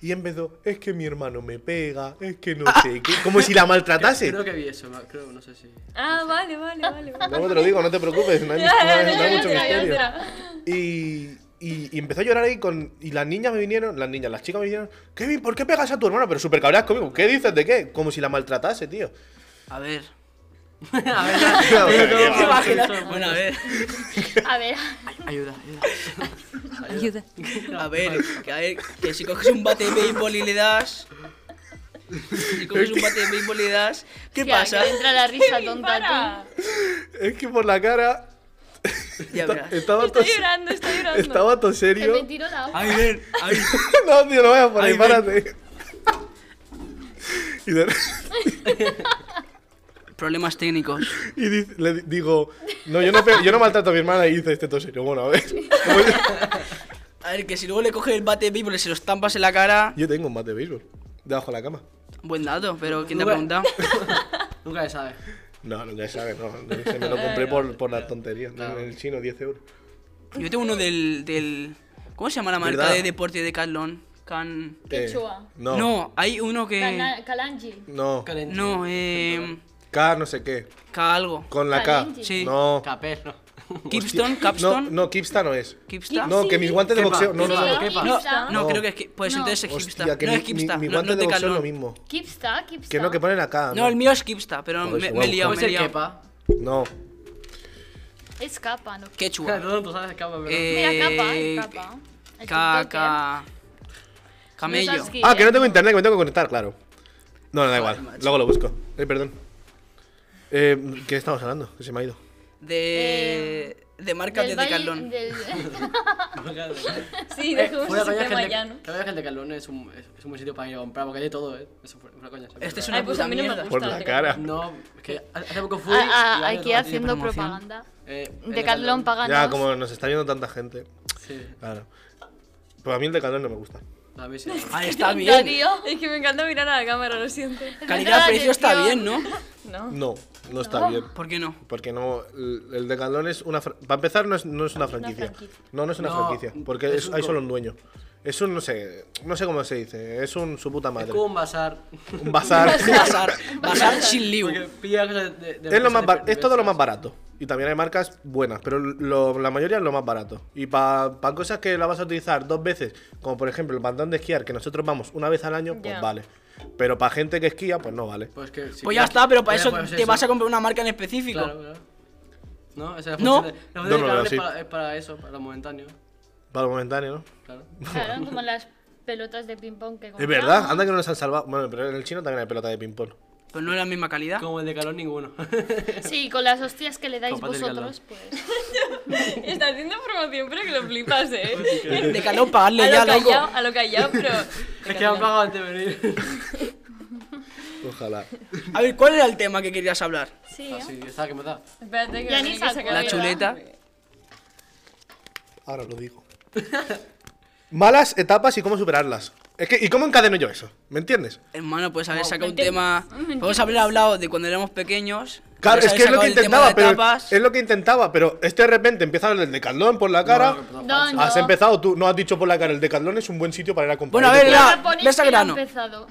A: Y empezó, es que mi hermano me pega, es que no sé qué. Como si la maltratase.
D: Creo que vi eso, ma- creo, no sé si.
C: pensa- ah, vale, vale, vale.
B: [LAUGHS]
C: vale.
A: Luego te lo digo, no te preocupes,
C: [LAUGHS]
A: no hay,
C: Ya, ya,
A: no hay- no hay
C: ya,
A: mucho
C: ya, ya,
A: misterio.
C: ya.
A: Y, y, y empezó a llorar ahí con. Y las niñas me vinieron, las niñas, las chicas me vinieron. Kevin, ¿por qué pegas a tu hermano? Pero súper cabreadas conmigo. ¿Qué dices de qué? Como si la maltratase, tío.
B: A ver.
D: A ver, a ver,
A: ¿Te
D: ¿cómo va a ser
B: Imagina-
D: esto?
B: Bueno, a ver.
A: [LAUGHS]
E: A ver,
D: Ayuda, ayuda.
C: Ayuda.
B: A ver, que, a ver, que si coges un bate de béisbol y le das. Si coges un bate de béisbol y le das. ¿Qué
E: tía,
B: pasa?
E: que te entra
C: [LAUGHS]
E: la risa tonta tú.
A: Es que por la cara.
B: Ya
A: [LAUGHS]
B: verás.
A: Estaba todo,
C: Estoy llorando, estoy llorando.
A: estaba todo
E: Que
A: serio.
E: me tiro la hoja.
B: Ay, ven, ay.
A: [LAUGHS] No, tío, no vayas por ahí,
B: Ay, ven.
A: párate. [LAUGHS] Y, de-
B: Problemas técnicos.
A: [LAUGHS] y di- le di- digo, no yo, no, pe- yo no maltrato a mi hermana y dice este todo serio. Bueno, a
C: [LAUGHS]
A: ver. [LAUGHS]
B: A ver, que si luego le coges el bate de béisbol y se lo estampas en la cara.
A: Yo tengo un bate de béisbol debajo de la cama.
B: Buen dato, pero ¿quién te ha
D: Nunca-
B: preguntado?
D: Nunca se sabe.
A: No, no, ya sabes, no. no, se me lo compré por, por las tonterías. En el chino, 10 euros.
B: Yo tengo uno del. del ¿Cómo se llama la marca
A: ¿Verdad?
B: de deporte de Catlon? Can.
E: Quechua.
A: Eh, No. No.
B: No, hay uno que.
E: Cana- Calangi.
A: No.
D: Calentito.
B: No, eh.
A: K no sé qué.
B: K algo.
A: Con la K.
E: Kalinji.
B: Sí.
A: No.
D: Capel, no.
B: Kipston,
A: No,
B: Capston,
A: no, Kipsta no es.
B: Kipsta.
A: No, que mis guantes de
D: Kepa,
A: boxeo. No,
D: Kepa,
A: no, no.
D: Kepa.
E: No,
B: No,
A: No.
B: creo que es que. Pues
E: No.
B: entonces es Kipsta.
A: Hostia, que
B: no
A: mi,
B: es Kipsta.
A: mi- mi
B: no,
A: guante
B: no
A: de
B: te
A: boxeo es lo
B: calón.
A: mismo.
E: Kipsta, Kipsta.
A: Que no, que ponen acá.
B: No, el mío es Kipsta, pero
A: Joder,
B: me,
A: se
B: me
A: va a
B: he liado, me he
D: Puede ser
B: liado.
D: Kepa.
A: No.
E: Escapa, no.
B: Quechua.
D: [LAUGHS] Claro, tú sabes Kepa, pero...
B: Eh,
E: Mira, capa, eh, capa. El TikToker.
B: Caca. Camello.
E: Nuestras
A: Ah, que no tengo
E: guías.
A: internet, que me tengo que conectar, claro. No, no, da igual.
B: macho.
A: Luego lo busco. Eh, perdón. Eh, ¿Qué estamos hablando? Que se me ha ido.
B: De. De marcas de
E: Del valle-
B: Decathlon.
E: del-
B: [LAUGHS]
C: Sí,
D: Eh,
C: dejemos
D: fuera
C: ese
D: coña, que
C: tema
D: el de-
C: ya, ¿no?
D: la verdad es que el de Calón es un, es, es un buen sitio para ir a comprar porque hay de todo, ¿eh? Eso fue una coña.
B: Este es
D: verdad.
B: una
C: Ay, pues
B: puta
C: a mí no me
B: mierda.
C: gusta.
A: Por la
C: Está
A: cara.
D: No, es que hace poco fui...
E: Ah,
D: y
E: ah,
D: hay de
E: aquí
D: todo.
E: haciendo
B: promoción.
E: propaganda.
D: Eh, el
E: Decathlon paganos.
A: Ya, como nos está viendo tanta gente.
D: Sí,
A: Claro. Pues a mí el de calor no me gusta.
D: a
B: [LAUGHS]
D: mí sí.
B: Ahí Ah, está
E: Ya,
B: bien.
E: tío.
C: Es que me encanta mirar a la cámara, lo siento.
B: Calidad-precio está bien,
E: Atención.
B: ¿no?
C: No.
A: No, no está bien.
B: ¿Por qué no?
A: Porque no. El el de calor es una. fra- Para empezar, no es, no es una franquicia.
E: franquicia.
A: No, no es una
D: No,
A: franquicia. Porque
D: es
A: es-
D: un
A: hay
D: co-
A: solo un dueño. Es un, no sé. No sé cómo se dice. Es un su puta
D: Es
A: madre.
D: como un bazar.
A: Un bazar.
D: [LAUGHS]
B: Basar. Basar sin liu.
D: Porque pilla cosas de... de
A: Es, lo más
D: empresas
A: bar-
D: de-
A: es todo lo más barato. Y también hay marcas buenas, pero lo- la mayoría es lo más barato. Y para cosas que la vas a utilizar dos veces, como por ejemplo el bandón de esquiar, que nosotros vamos una vez al año, pues
C: Ya.
A: vale. Pero para gente que esquía, pues no vale.
D: Pues que... sí,
B: Pues ya está, pero para
D: pues
B: eso
D: pues
B: te vas a comprar una marca en específico.
D: Claro, claro. No, esa es la
B: No.
D: función de- la
A: No,
D: función de
A: no,
D: Calón
A: no, sí.
D: es, para, es para eso, para lo momentáneo.
A: Para lo momentáneo, ¿no?
D: Claro.
E: Claro, como las pelotas de ping-pong que
A: Es
E: compramos.
A: verdad, anda que no nos han salvado. Bueno, pero en el chino también hay pelota de ping-pong.
B: Pero Pues no es la misma calidad.
D: Como el de Calón, ninguno. [LAUGHS]
E: Sí, con las hostias que le dais
D: Compadre
E: vosotros, pues.
C: [LAUGHS] Está haciendo promoción, pero que lo flipas, ¿eh?
B: De calor pagarle
C: [LAUGHS] A
B: ya,
C: lo
B: loco.
C: callado, a lo callado,
A: [LAUGHS]
C: pero...
D: es que me han pagado antes de venir. [LAUGHS]
A: Ojalá.
B: A ver, ¿cuál era el tema que querías hablar?
E: Sí,
D: Ah,
E: ¿eh?
D: sí, está, que me da.
C: Espérate que
E: Ya
C: me
E: ni
C: tiene que
E: saco,
C: sacar
B: La
C: el-
B: chuleta.
A: Ahora lo digo. Malas etapas y cómo superarlas. Es que, ¿y cómo encadeno yo eso? ¿Me entiendes?
B: Hermano, pues haber sacado un
E: entiendes?
B: tema.
E: ¿Me entiendes?
B: Podemos haber hablado de cuando éramos pequeños.
A: Claro,
B: podemos
A: es que es
B: haber
A: lo que
B: sacado el tema de
A: intentaba, pero
B: etapas.
A: es lo que intentaba, pero este de repente empieza el de Caldón por la cara.
D: No,
E: No, no.
A: Has empezado tú, no has dicho por la cara, el Decathlon es un buen sitio para ir a comprar.
B: Bueno, a ver,
A: Pero-
E: Ya
B: la-
E: me ponéis
B: ves a
E: que ya he
B: grano.
E: empezado.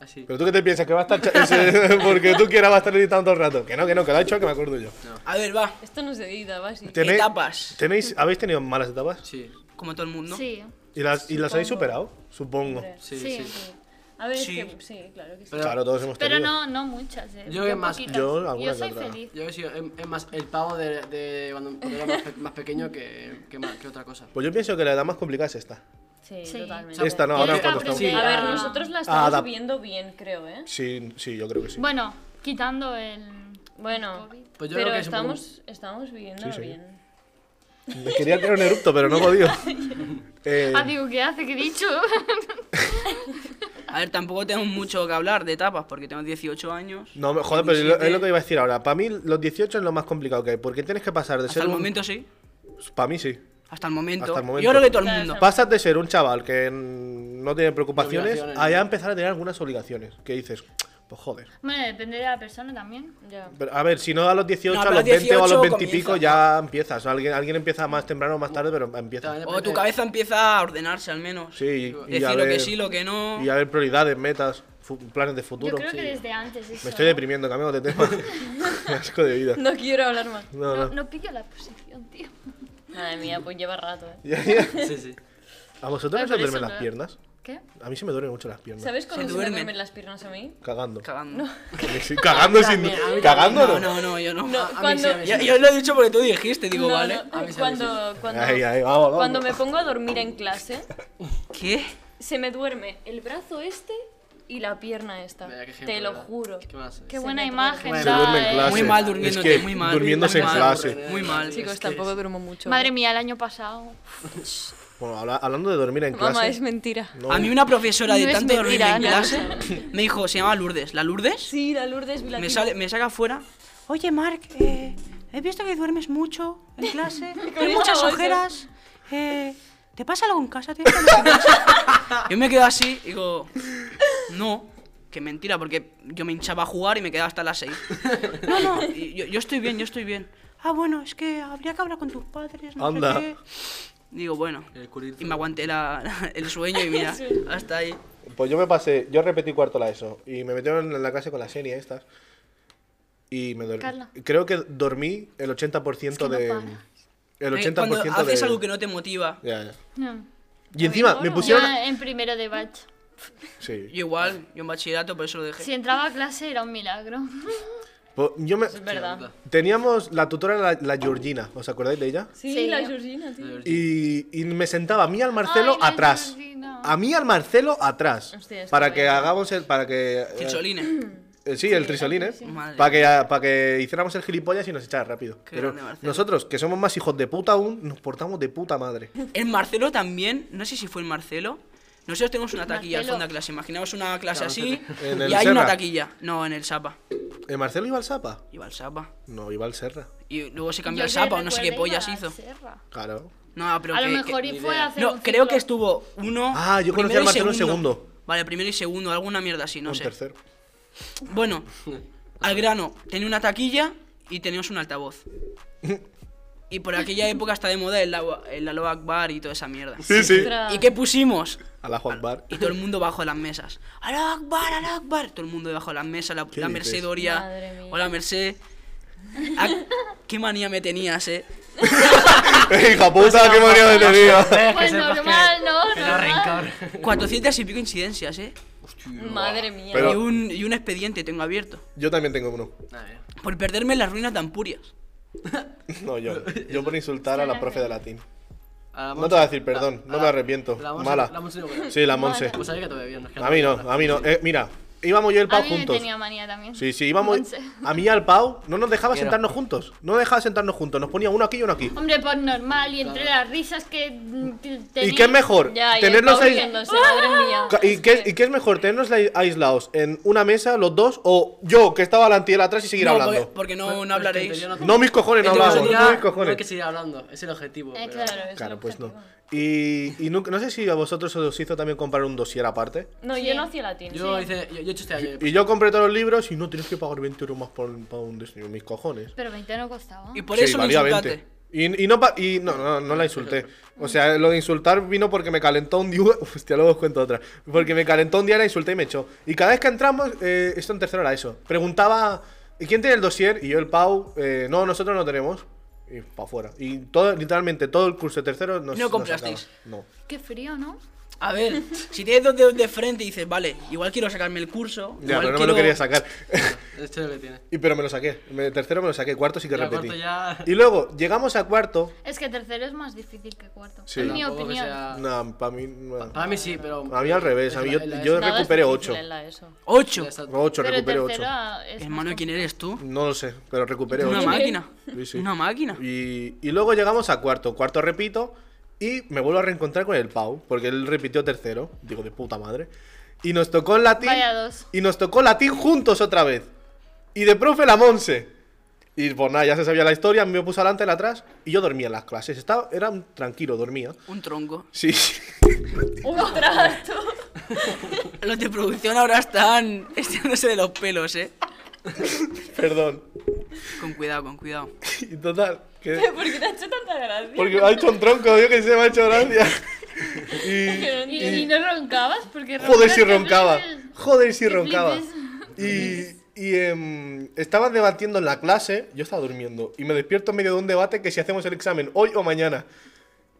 D: Así.
A: Pero tú qué te piensas, que va a estar cha- ese- [LAUGHS] porque tú quieras va a estar editando todo el rato. Que no, que no, que lo ha hecho que me acuerdo yo.
B: A ver, va.
C: Esto no se edita, va así.
A: Tenéis-
B: Etapas.
A: Tenéis, ¿Habéis tenido malas etapas?
D: Sí,
B: Como todo el mundo.
E: Sí,
A: ¿Y las, y las habéis superado? Supongo.
D: sí,
E: sí.
D: sí.
C: A ver,
B: Sí.
C: es que... Sí, claro que sí.
D: Pero-
A: Claro, todos hemos
E: Pero
A: tenido.
E: no, no muchas, ¿eh?
D: Yo que más-
E: poquitas.
A: yo alguna
E: yo
A: que
E: soy
A: otra.
E: feliz.
D: Yo he sido, es, es más el pavo de, de cuando, cuando era más, pe- más pequeño que, que, más- que otra cosa.
A: Pues yo pienso que la edad más complicada es esta.
C: Sí,
E: Sí.
C: totalmente.
A: Esta no, ahora
E: Tienes que
A: cuando estamos.
E: aprender
D: Sí,
C: A ver,
D: Ah.
C: nosotros la
A: Ah,
C: estamos
A: da-
C: viendo bien, creo, ¿eh?
A: Sí, sí, yo creo que sí.
E: Bueno, quitando el.
C: Bueno,
D: Pues yo creo
C: pero
D: que es un poco-
C: estamos, estamos viendo
A: Sí, sí.
C: bien.
A: Me quería tirar un erupto, pero no he
E: [LAUGHS]
A: podido. Eh,
E: Ah, digo, ¿qué hace? ¿Qué he dicho?
B: A ver, tampoco tenemos mucho que hablar de etapas porque tenemos 18 años.
A: no, me- joder, pero es lo- es lo
D: 17.
A: que iba a decir ahora. Para mí, los 18 es lo más complicado que hay, porque tienes que pasar de
B: Hasta
A: ser
B: el
A: un-
B: momento sí.
A: Para mí sí.
B: Hasta el momento.
A: Hasta el
B: Yo creo que
A: momento.
B: todo el
C: Claro,
B: mundo.
C: o
A: Pasas de ser un chaval que mm, no tiene preocupaciones
D: Obligaciones,
A: a ya
D: ¿no?
A: empezar a tener algunas obligaciones. Que dices, pues joder.
E: Bueno, depende de la persona también.
C: Ya.
A: Pero, a ver, si no a los 18,
B: No,
A: a
B: pero
A: los 20 o a los 20 y
B: comienza.
A: pico ya empiezas. Alguien, alguien empieza más temprano o más tarde, pero empieza.
D: También
B: O Oh, tu
D: depende-
B: cabeza empieza a ordenarse al menos.
A: Sí, y, y a
B: Decir lo que
A: ver,
B: sí, lo que no.
A: y a ver prioridades, metas, fu- planes de futuro.
E: yo creo que
A: sí.
E: desde antes. Eso,
A: Me estoy
E: ¿no?
A: deprimiendo, cambiamos de
E: [LAUGHS]
A: tema. [LAUGHS] Qué asco de vida.
C: No quiero hablar más.
A: No,
E: No,
A: no.
E: no pillo la posición, tío.
C: Madre mía, pues lleva rato, ¿eh?
A: Ya, ya.
D: Sí, sí.
A: [LAUGHS] ¿A vosotros no se
E: Ay, por
A: os duermen
E: eso
A: las
E: no.
A: piernas?
E: ¿Qué?
A: A mí se me duermen mucho las piernas.
C: ¿Sabes cuando
B: Se
C: se, me
B: duermen.
C: duermen las piernas a mí?
A: Cagando.
B: Cagando.
A: Sí, cagando sin. Cagando
B: No,
A: no.
B: no, no, yo no.
C: No,
D: a mí sí,
C: cuando...
D: a mí sí.
B: Yo, yo lo he dicho porque tú dijiste, digo,
C: no,
B: vale.
C: no,
D: A mí sí, a mí
C: Cuando, cuando,
A: Ahí, ahí, vamos, vamos.
C: cuando me pongo a dormir en clase,
B: ¿Qué?
C: se me duerme el brazo este y la pierna esta.
D: Mira, qué ejemplo,
C: Te lo
D: ¿verdad?
C: juro.
D: ¿Qué más?
E: Qué
C: Se
E: buena
C: me
E: imagen.
D: duerme.
A: Se
E: da,
A: duerme
E: eh.
A: en clase.
B: Muy mal
A: Es
B: durmiéndote,
A: que
B: muy mal.
A: Durmiéndose
B: muy
A: en
B: mal,
A: clase.
B: Muy mal.
C: Chicos,
D: Es que
C: tampoco
D: es-
C: duermo mucho.
E: Madre mía, el año pasado.
A: Bueno, habla- hablando de dormir en clase.
C: Mamá, es mentira.
A: no-
B: A mí una profesora
E: No
B: de
E: es
B: tanto dormir
E: mentira,
B: en
E: no.
B: clase
A: [LAUGHS]
B: me dijo, se llama Lourdes. ¿La Lourdes?
C: Sí, la Lourdes
B: Me,
C: Vilatina.
B: sale, me saca afuera. Oye, Mark, eh, he visto que duermes mucho en clase.
C: esa
B: Tienes muchas
C: voz, ¿eh?
B: ojeras. eh, ¿Te pasa algo en casa? ¿Tienes algo en casa?". [LAUGHS] Yo me quedo así y digo, no, que mentira, porque yo me hinchaba a jugar y me quedaba hasta las 6. No, no, y yo, yo estoy bien, yo estoy bien. Ah, bueno, es que habría que hablar con tus padres, no
A: Anda.
B: sé qué. Digo, bueno.
D: El curito.
B: Y me aguanté la- la- el sueño [LAUGHS] y mira, hasta ahí. Eh,
A: Pues yo me pasé, yo repetí cuarto la ESO y me metieron en la clase con las series estas. y me dormí.
E: Carla.
A: Creo que dormí el 80%
E: Es que no
A: de.
E: paras.
A: el
B: Eh,
A: 80%
B: Cuando
A: de.
B: haces algo que no te motiva,
A: Ya, ya.
E: No. eh.
A: Y encima me
C: bueno.
A: pusieron.
E: Yo en primero de batch.
A: Sí.
B: yo igual, yo en bachillerato, por eso lo dejé.
E: Si entraba a clase era un milagro.
A: Po- Pues Yo me...
C: Es verdad.
A: Teníamos la tutora, la, la Georgina, ¿os acordáis de ella?
C: Sí,
E: Sí.
C: la Georgina, tío.
A: Y, y me sentaba a mí al Marcelo
E: Ay, la
A: atrás.
E: Georgina.
A: A mí al Marcelo atrás.
C: Hostia, está
A: para que
C: bien.
A: hagamos el. Para que. eh,
B: Chicholines.
A: eh, sí, el trisolín, ¿eh?
B: Madre.
A: Para que, para que hiciéramos el gilipollas y nos echara rápido.
B: Qué
A: Pero
B: grande, Marcelo.
A: nosotros, que somos más hijos de puta aún, nos portamos de puta madre.
B: En Marcelo también, no sé si fue en Marcelo. Nosotros tenemos una taquilla al
E: Marcelo.
B: fondo de clase. Imaginamos una clase así
A: En el
B: y hay una
A: Serra.
B: taquilla. No, en el Sapa.
A: ¿El Marcelo iba al Sapa?
B: Iba al Sapa.
A: No, iba al Serra.
B: Y luego se
E: [LAUGHS]
B: cambió al Sapa o no sé qué pollas hizo.
A: Claro.
B: No, pero
E: A lo
B: que-
E: mejor
B: que-
E: y fue
D: idea.
E: a hacer un
B: No, creo que
E: ciclo.
B: estuvo uno.
A: Ah, yo conocí
B: primero
A: al
B: y
A: Marcelo en segundo.
B: Vale, primero y segundo, alguna mierda así, no
A: un
B: sé.
A: tercero. [LAUGHS]
B: Bueno, al grano, tenía una taquilla y teníamos
A: [LAUGHS]
B: un altavoz. Y por aquella época está de moda el, agua- el Aloha Akbar y toda esa mierda.
A: Sí, sí.
C: Ostras.
B: ¿Y qué pusimos?
A: A la Juan
B: [LAUGHS]
A: Bar. [LAUGHS]
B: Y todo el mundo bajo de las mesas. ¡Alá Akbar, alá Akbar! Todo el mundo debajo de las mesas, la,
A: ¿Qué
B: la
A: dices?
B: Merced Doria.
C: Madre mía.
B: Hola Merced.
C: [LAUGHS]
B: Ah, ¿Qué manía me tenías, eh?
A: ¡Hija puta, qué manía me tenía!
E: Pues normal, ¿no?
D: Era
E: Normal.
D: rencor. [LAUGHS]
B: 400 y pico incidencias, eh.
C: Madre mía.
A: Pero-
B: Y, un, y un expediente tengo abierto.
A: Yo también tengo uno.
D: A ver.
B: Por perderme en las ruinas de Ampurias.
A: No, yo. Yo por insultar a la profe de latín.
D: A
A: No
D: Ah, la
A: te
D: Monse-
A: voy a decir perdón,
D: a
A: no
D: la-
A: me arrepiento.
D: la Monse-
A: Mala.
D: La Monse no conoce.
A: Sí, la Monse.
D: Pues sabía que todavía no es que
A: A mí no, a mí no. Eh, mira, íbamos yo y el
E: A
A: Pau
E: mí me
A: juntos.
E: tenía manía también.
A: Sí, sí, íbamos.
E: Monse.
A: [LAUGHS] A mí y al Pau no nos dejaba
D: Quiero.
A: sentarnos juntos. No dejaba sentarnos juntos. Nos ponía uno aquí y uno aquí.
E: Hombre, por normal y entre las risas que mm, te-
A: ¿Y
E: tenía-
A: qué es mejor?
C: Ya, y
A: ¿Tenernos
C: el Pau
A: ahí-
C: riéndose, madre [LAUGHS] mía.
A: Ca- ¿Y qué, ¿Y qué es mejor? ¿Tenernos la- aislados en una mesa, los dos, o yo, que estaba delante y él atrás y seguir
B: No,
A: hablando?
B: porque- porque no, no
D: Este,
B: hablaréis.
A: No, mis cojones, no
B: Entonces,
A: hablamos.
B: vamos,
A: No, mis cojones.
D: hay que seguir hablando, es el objetivo.
E: Eh,
D: pero-
E: claro, es
A: Claro,
E: lo
A: pues no.
E: objetivo.
A: Y, y nunca- no sé si a vosotros os hizo también comprar un dossier aparte.
C: No,
E: Sí.
C: yo no hacía latín.
D: Yo hice, yo, yo he hecho este año.
A: Y yo compré todos los libros y no tienes que pagar 20 euros más por, para un diseño. Mis cojones.
E: Pero 20 no costaba.
B: Y por
A: Sí,
B: eso me
A: valía
B: insultaste.
A: 20. Y, y no, pa- y no, no, no la insulté. O sea, lo de insultar vino porque me calentó un día. [LAUGHS] Hostia, luego os cuento otra. Porque me calentó un día, la insulté y me echó. Y cada vez que entramos, eh, esto en tercero era eso. Preguntaba, ¿y quién tiene el dossier? Y yo, el Pau, eh, no, nosotros no tenemos. Y para afuera. Y todo, literalmente todo el curso de tercero nos.
B: No
A: nos
B: comprasteis.
A: sacaba. No.
E: Qué frío, ¿no?
B: A
C: [LAUGHS]
B: ver, si tienes dos dedos de frente y dices, vale, igual quiero sacarme el curso.
A: Ya,
B: igual
A: pero no me lo
B: quiero-
A: quería sacar. [LAUGHS]
D: Este es lo que tiene.
A: y pero me lo saqué. Me- tercero me lo saqué. Cuarto sí que
D: Ya,
A: repetí.
D: cuarto ya-
A: Y luego llegamos a cuarto.
E: Es que tercero es más difícil que cuarto.
A: Sí.
E: En mi
D: Tampoco que
E: opinión.
B: Ah.
D: sea-
A: No, para mí. no.
D: Para mí sí, pero.
A: A mí al revés, a mí yo-
D: Es la- es
A: yo
D: la-
C: Nada es
A: recuperé
C: difícil
A: 8.
C: en la ESO.
B: Ocho.
A: Ocho,
E: Pero
A: recuperé ocho.
E: tercero ah, es más
B: Hermano, ¿quién eres tú?
A: No lo sé, pero recuperé
B: Una
A: 8.
B: máquina.
A: Sí, sí.
B: Una máquina.
A: Y, y luego llegamos a cuarto. Cuarto repito y me vuelvo a reencontrar con el Pau, porque él repitió tercero. Digo, de puta madre. Y nos tocó en latín.
E: Vaya dos.
A: Y nos tocó latín juntos otra vez. Y de profe la Monse. Y pues nada, ya se sabía la historia, me puso adelante, él atrás, y yo dormía en las clases. Estaba, era un- tranquilo, dormía.
B: Un tronco.
A: Sí, [LAUGHS]
C: ¡Ostras!
B: Los de producción ahora están [LAUGHS] estirándose de los pelos, eh.
A: perdón.
B: Con cuidado, con cuidado.
A: Y total, que...
C: ¿Por qué te ha hecho tanta gracia?
A: Porque me ha hecho un tronco, yo que sé, me ha hecho
C: [LAUGHS]
A: gracia.
C: Que no
A: Y,
E: ¿Y,
A: y-
E: y no roncabas? Porque
A: Eh. joder si
E: roncas
A: roncaba,
E: horrible.
A: joder si
E: Qué
A: roncaba.
E: flipes.
A: Y, y em, estaban debatiendo en la clase, yo estaba durmiendo, y me despierto en medio de un debate que si hacemos el examen hoy o mañana.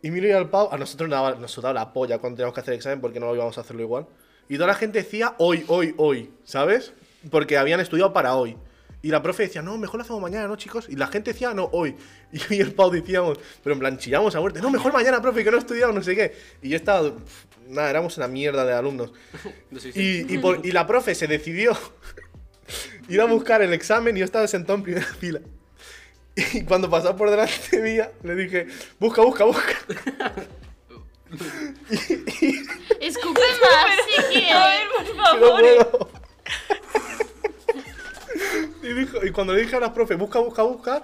A: Y miro yo al Pau, a nosotros nos daba, nos sudaba la polla cuando teníamos que hacer el examen porque no íbamos a hacerlo igual. Y toda la gente decía hoy, hoy, hoy, ¿sabes? Porque habían estudiado para hoy. Y la profe decía, no, mejor lo hacemos mañana, ¿no, chicos? Y la gente decía, no, hoy. [LAUGHS] Y yo y el Pau decíamos, pero en plan, chillamos a muerte, no, mejor mañana, profe, que no he estudiado, no sé qué. Y yo estaba, pf, nada, éramos una mierda de alumnos.
D: No sé, sí.
A: Y, y por- y la profe se decidió [LAUGHS] ir a buscar el examen y yo estaba sentado en primera fila. Y cuando pasó por delante mía, le dije, busca, busca, busca.
E: Escupe
C: [LAUGHS]
E: más si
C: A ver,
E: quieres.
C: por
A: que no
C: favor.
A: puedo. [LAUGHS] y, dijo- y cuando le dije a la profe, busca, busca, busca,